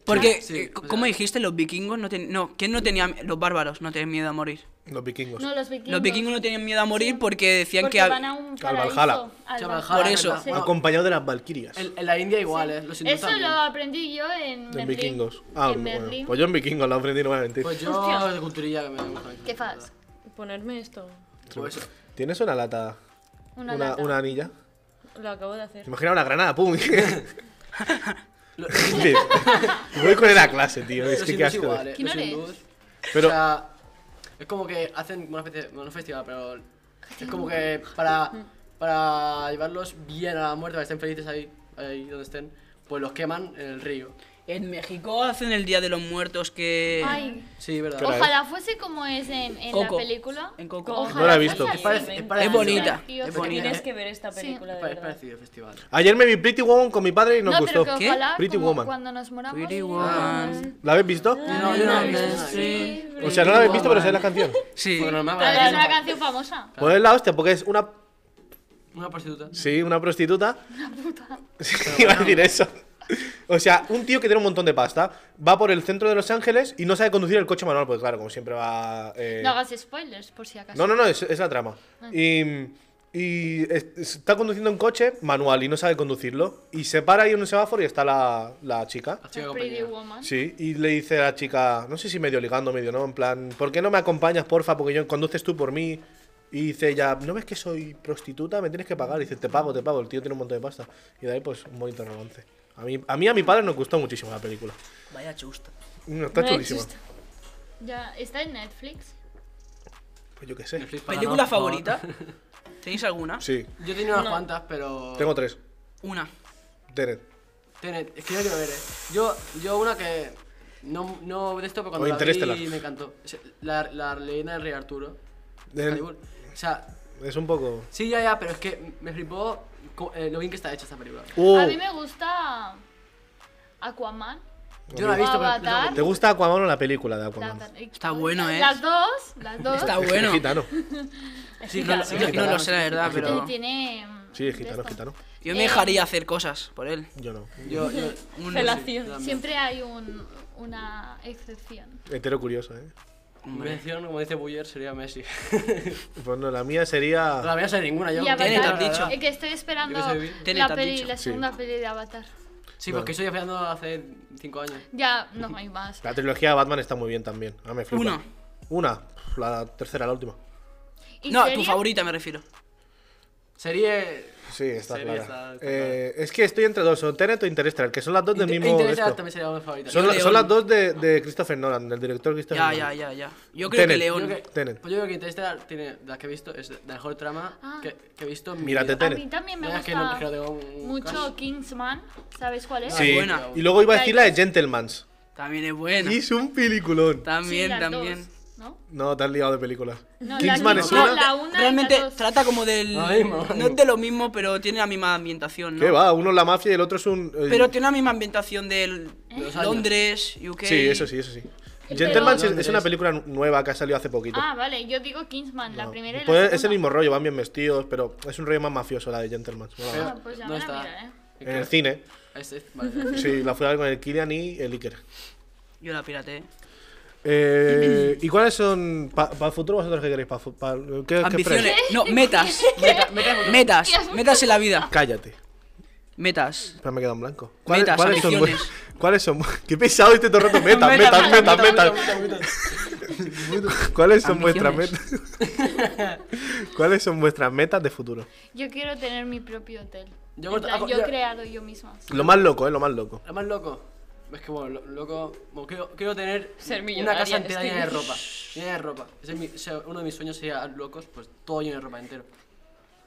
B: Porque,
D: Sí,
B: eh,
D: o sea-
B: ¿cómo dijiste? Los vikingos no tenían. No, ¿quién no tenía. Los bárbaros no tenían miedo a morir.
A: Los vikingos.
E: No, los vikingos.
B: Los vikingos no tenían miedo a morir porque decían
E: Porque
B: que. hab-
E: van a un
A: Al
E: paraíso.
A: Valhalla.
E: al
D: Chaval,
E: Valhalla.
D: jala,
B: Por eso.
D: ¿verdad?
E: Sí.
D: Bueno,
A: Acompañado de las valquirias.
D: en, en la India igual, ¿eh? Los hindúes
E: Eso
D: también.
E: lo aprendí yo en
A: En
E: Berlín.
A: vikingos. Ah,
E: en
A: bueno.
E: Berlín.
A: Pues yo en vikingos la aprendí, no voy a mentir.
D: Pues yo
E: Hostia.
D: de culturilla que me gusta. mucho,
E: ¿Qué
D: la
E: fas?
D: verdad.
C: Ponerme esto.
D: Pues eso.
A: ¿Tienes una lata?
E: Una,
A: una,
E: lata.
A: una anilla.
C: Lo acabo de hacer.
A: Imagina una granada,
B: [LAUGHS]
A: pum.
D: Lo- [LAUGHS]
A: Sí. Voy con él a clase, tío. Es que
D: los
A: qué
D: hindúes
A: asco.
D: igual, ¿eh?
E: ¿Quién
D: Los
E: eres?
D: hindúes.
A: Pero-
D: O sea, es como que hacen como una especie. No un festival, pero. Es como que para. Para llevarlos bien a la muerte, para que estén felices ahí, ahí donde estén, pues los queman en el río.
B: En México hacen el Día de los Muertos que.
E: Ay,
D: Sí, ¿verdad?
A: Claro.
E: ojalá fuese como es en, en la
B: Coco.
E: película.
B: En Coco.
E: Ojalá
A: No la he
E: fuese
A: visto.
E: así.
D: Es parec- es
B: Es
D: parecido.
B: bonita.
E: Tío,
B: Es
E: que
B: bonita. ¿eh?
C: Tienes que ver esta
E: Sí.
C: película
D: Es
C: de
D: pa- es
C: verdad.
D: parecido el festival.
A: Ayer me vi Pretty Woman con mi padre y nos
E: No,
A: gustó.
E: pero que
B: ¿Qué?
E: ojalá
A: Pretty
E: como
A: Woman.
E: cuando nos moramos.
B: Pretty
E: sí.
B: woman.
A: ¿La habéis visto?
D: No, yo no lo he visto.
A: O sea, no la habéis visto, pero sabéis la canción.
B: Sí.
D: Bueno, normal,
E: Pero
D: vale.
E: es una canción famosa.
A: Pues es la hostia, porque es una.
D: Una prostituta.
A: Sí, una prostituta. Una puta. [LAUGHS] Sí, iba a decir eso. O sea, un tío que tiene un montón de pasta va por el centro de Los Ángeles y no sabe conducir el coche manual, porque claro, como siempre va. eh,
E: No hagas spoilers, por si acaso.
A: No, no, no, es, es la trama. Y, y es- está conduciendo un coche manual y no sabe conducirlo. Y se para ahí en un semáforo y está la, la chica.
D: La chica
E: Pretty
D: compañera.
E: Woman.
A: Sí, y le dice a la chica, no sé si medio ligando, medio no, en plan, ¿por qué no me acompañas, porfa? Porque yo conduces tú por mí. Y dice ella, ¿no ves que soy prostituta? Me tienes que pagar. Y dice, te pago, te pago. El tío tiene un montón de pasta. Y de ahí, pues, un bonito romance. A mí, a mí, y a mi padre nos gustó muchísimo la película.
B: Vaya chusta.
A: Mm, Está
C: No
A: chulísima.
C: existe.
E: Ya, está en Netflix.
A: Pues yo qué sé.
D: Netflix para
B: ¿Película
D: no, por favor.
B: favorita? ¿Tenéis alguna?
A: Sí,
D: [LAUGHS] Yo tenía unas cuantas, pero.
A: tengo tres.
B: Una.
A: Tenet.
D: Tenet, es que yo quiero ver, eh. Yo, yo una que. No, no de esto, pero cuando
A: O
D: la
A: Interestelar.
D: vi me encantó. O sea, La, la leyenda del rey Arturo.
A: Eh,
D: Calibur. O sea,
A: Es un poco...
D: sí, ya, ya, pero es que me flipó co- eh, lo bien que está hecha esta película.
A: ¡Uh!
E: A mí me gusta Aquaman.
D: Yo
A: Ah,
D: no la he visto, pero-
E: Avatar.
A: ¿Te gusta Aquaman o la película de Aquaman?
E: La-
B: Está bueno, ¿eh?
E: Las dos, las dos.
B: Está
A: Es
B: bueno.
A: gitano.
D: Sí,
B: No, lo- no lo sé, la verdad,
E: Y
B: pero.
E: tiene. mm,
A: Sí, es gitano, es
E: de esto.
A: gitano.
B: Yo me
E: Eh,
B: dejaría hacer cosas por él.
A: Yo no.
D: Yo, yo,
E: [LAUGHS]
B: Un-
C: Relación.
E: Siempre hay un, una excepción.
A: Hetero curioso, ¿eh?
D: mención, como dice Buller, sería Messi. [LAUGHS]
A: Pues no, la mía
D: no
A: sería...
D: la voy a ser ninguna, yo.
E: Y
D: como-
B: Tenet,
E: Avatar.
B: has dicho.
E: Es que estoy esperando
D: Yo que soy bi.
B: Tenet,
E: la,
B: has
E: peli-
B: dicho.
E: la
A: Sí.
E: segunda peli de Avatar.
D: Sí, porque estoy afiando hace 5 años.
E: Ya, no hay más.
A: La trilogía de Batman está muy bien también. Ah, me flipa.
B: Una.
A: Una. Pf, La tercera, la última.
E: ¿Y
B: No, tu
E: serie?
B: favorita me refiero.
D: Sería.
A: Sí, está
D: Serie
A: clara.
D: está- está
A: Eh, es que estoy entre dos, o Tenet o Interstellar, que son las dos del
D: Inter-
A: mismo... de
D: Interestelar
A: esto.
D: también sería una favorita.
A: Son, la-
B: León.
A: son las dos de, de Christopher Nolan, del director Christopher
B: Ya, ya,
A: Nolan.
B: ya, ya. Yo creo que
A: Tenet.
D: Yo
B: León.
D: creo que-
A: Tenet.
D: Pues yo creo que Interestelar tiene, de las que he visto, es la mejor trama
E: Ah.
D: que, que he visto en mi
A: Mírate
D: vida.
E: A
A: Tenet.
E: mí también me
D: Mira que no- que no
E: gusta
D: tengo un- un
E: mucho
D: caso.
E: Kingsman. ¿Sabéis cuál es?
A: Ah, Sí.
B: Ah, Buena.
A: Y luego iba a decir la de Gentleman's.
B: También es buena.
A: Y es un peliculón.
E: Sí,
B: También,
E: las
B: también.
E: dos, ¿no?
A: No, te has liado de películas.
E: No, la
A: Kingsman es
E: Kingsman-
A: una...
E: la una y la
B: Realmente
E: dos.
B: trata como del.
D: Lo mismo.
B: No es de lo mismo, pero tiene la misma ambientación, ¿no?
A: ¿Qué va? Uno es la mafia y el otro es un... eh,
B: Pero tiene la misma ambientación del
C: ¿Eh?
D: Los años.
B: Londres, UK.
A: Sí, eso sí, eso sí.
E: Pero-
A: Gentleman es- es
D: Londres.
A: una película nu- nueva que ha salido hace poquito.
E: Ah, vale, yo digo Kingsman, la
A: No.
E: primera y la
A: Pues
E: segunda.
A: es el mismo rollo, van bien vestidos, pero es un rollo más mafioso la de Gentleman. Mola
D: Pero
A: más.
E: Ah, pues ya
D: no
E: me la
D: está.
E: miraré.
A: En el cine.
D: Es- es-
E: [LAUGHS]
D: vale.
A: Sí, la fui a ver con el Kilian y el Iker.
B: Yo la pirateé.
A: Eh, ¿Y cuáles son para el futuro vosotros qué queréis? Pa, fu- pa- ¿qué- qué
B: Ambiciones.
A: esperáis?
B: No,
C: [LAUGHS]
B: metas.
D: Meta- meta-
B: Metas.
E: Dios mío.
B: Metas en la vida.
A: Cállate.
B: Metas.
A: Espera, me he quedado en blanco.
B: Metas,
A: son,
B: ambiciones.
A: vues- ¿Cuáles son? vu- Qué pesado este todo el
B: [LAUGHS]
A: rato. Metas, metas, metas, metas. ¿Cuáles son vuestras metas?
B: Ambiciones.
A: [LAUGHS] ¿Cuáles son vuestras metas de futuro?
E: Yo quiero tener mi propio hotel.
D: Yo
E: Yo,
D: corto- hago-
E: yo he
D: yo-
E: creado yo misma.
A: Lo más loco, eh, lo más loco.
D: Lo más loco. Es que, bueno, lo- loco. bueno, quiero, quiero tener
C: Ser
D: una
C: millonaria,
D: casa
C: es
D: entera
C: que-
D: llena de
E: [LAUGHS]
D: ropa. Llena de ropa. Ese es mi- o sea, uno de mis sueños sería, locos, pues todo lleno de ropa entero.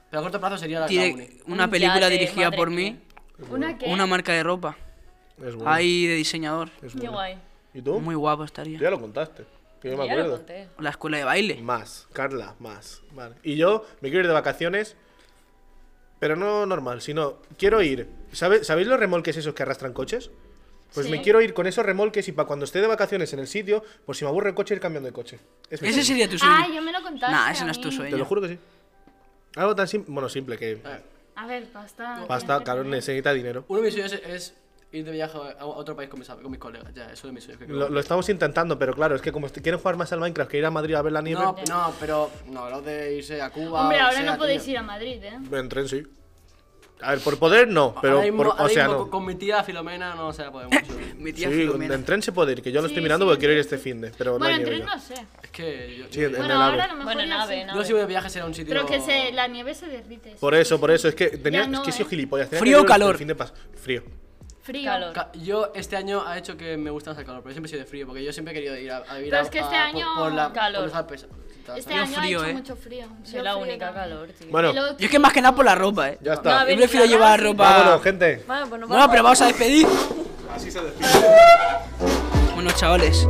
D: Pero a corto plazo sería la, la uni.
B: Tiene una
C: Un
B: película
C: yate,
B: dirigida
C: madre
B: por
C: mía.
B: mí,
E: ¿Una que
B: una marca de ropa.
A: Es bueno.
B: Ahí de diseñador.
A: es
C: Qué
A: bueno.
C: guay.
A: ¿Y tú?
B: Muy guapo
A: Tú
B: estaría.
A: ya lo contaste. que yo me
C: ya lo
A: acuerdo.
C: conté.
B: La escuela de baile.
A: Más, Carla, más. Vale. Y yo me quiero ir de vacaciones, pero no normal, sino quiero ir. ¿sabe- ¿Sabéis los remolques esos que arrastran coches? Pues me
E: Sí.
A: quiero ir con esos remolques y para cuando esté de vacaciones en el sitio, por si me aburre el coche, ir cambiando de coche. Es mi
B: Ese
A: sueño.
B: sería tu
E: Ah,
B: sueño.
E: yo me lo contaste.
B: Nah, ese
E: a
B: no es tu
E: mí.
A: Te lo
B: sueño.
A: juro que sí. Algo tan simple, bueno, simple que
D: A ver,
E: A ver, pasta.
A: pasta, claro, necesita dinero.
D: uno de mis sueños es, es ir de viaje a a otro país con mis, con mis colegas. Ya, eso es de mis sueños. que
A: Lo,
D: creo.
A: lo estamos intentando, pero claro, es que como est- quieren jugar más al Minecraft que ir a Madrid a ver la nieve,
D: no, no, pero no, lo de irse a Cuba.
E: Hombre,
D: o
E: ahora
D: sea,
E: no podéis
D: tío.
E: ir a Madrid, ¿eh?
A: en tren sí. A ver, por poder no, pero
D: ahora mismo,
A: por-
D: ahora
A: o sea,
D: mismo con,
A: no.
D: con mi tía Filomena no se la
A: [LAUGHS]
D: puede mucho.
B: Mi
A: Sí,
B: tía Filomena.
A: en tren se puede ir, que yo lo
E: Sí,
A: estoy mirando
E: sí,
A: porque quiero ir
E: en
A: este fin de, pero no
E: Bueno,
A: hay
E: en
A: nieve
E: tren
A: ya.
E: no sé.
D: es que yo,
A: Sí, en- en
E: Bueno,
A: el
E: ahora
A: AVE.
E: a lo mejor
C: Bueno,
E: ya
C: nave,
E: sí.
D: yo
C: nave.
D: si voy de viaje será a un sitio.
E: Pero que se, la nieve se derrite.
A: Por eso, por eso, es que tenía
E: Ya no,
A: es que he sido
E: ¿eh?
A: gilipollas. tenía
B: ¿Frío
A: que
B: o
A: ir el
B: calor?
A: fin de pas- frío.
E: Frío.
C: Calor.
D: Ca- Yo este año ha hecho que me gusta más el calor, pero siempre he sido de frío, porque yo siempre he querido ir a, a vivir
E: Pero
D: a,
E: es que este
D: a-
E: año-
D: por, por la,
C: Calor.
D: por los Alpes.
E: Este
B: Yo
E: año
B: frío,
E: ha hecho
B: ¿eh?
E: mucho frío.
C: Soy la única calor, tío.
A: Bueno,
E: Yo
B: Yo es que más que nada por la ropa, eh.
A: ya
C: No,
A: está.
C: a ver,
B: Yo prefiero
C: claro,
B: llevar
C: sí.
B: ropa.
A: Vámonos, gente.
C: Bueno, pues nos
B: Bueno,
C: vamos.
B: pero vamos a despedir. Así se despide. Bueno, chavales.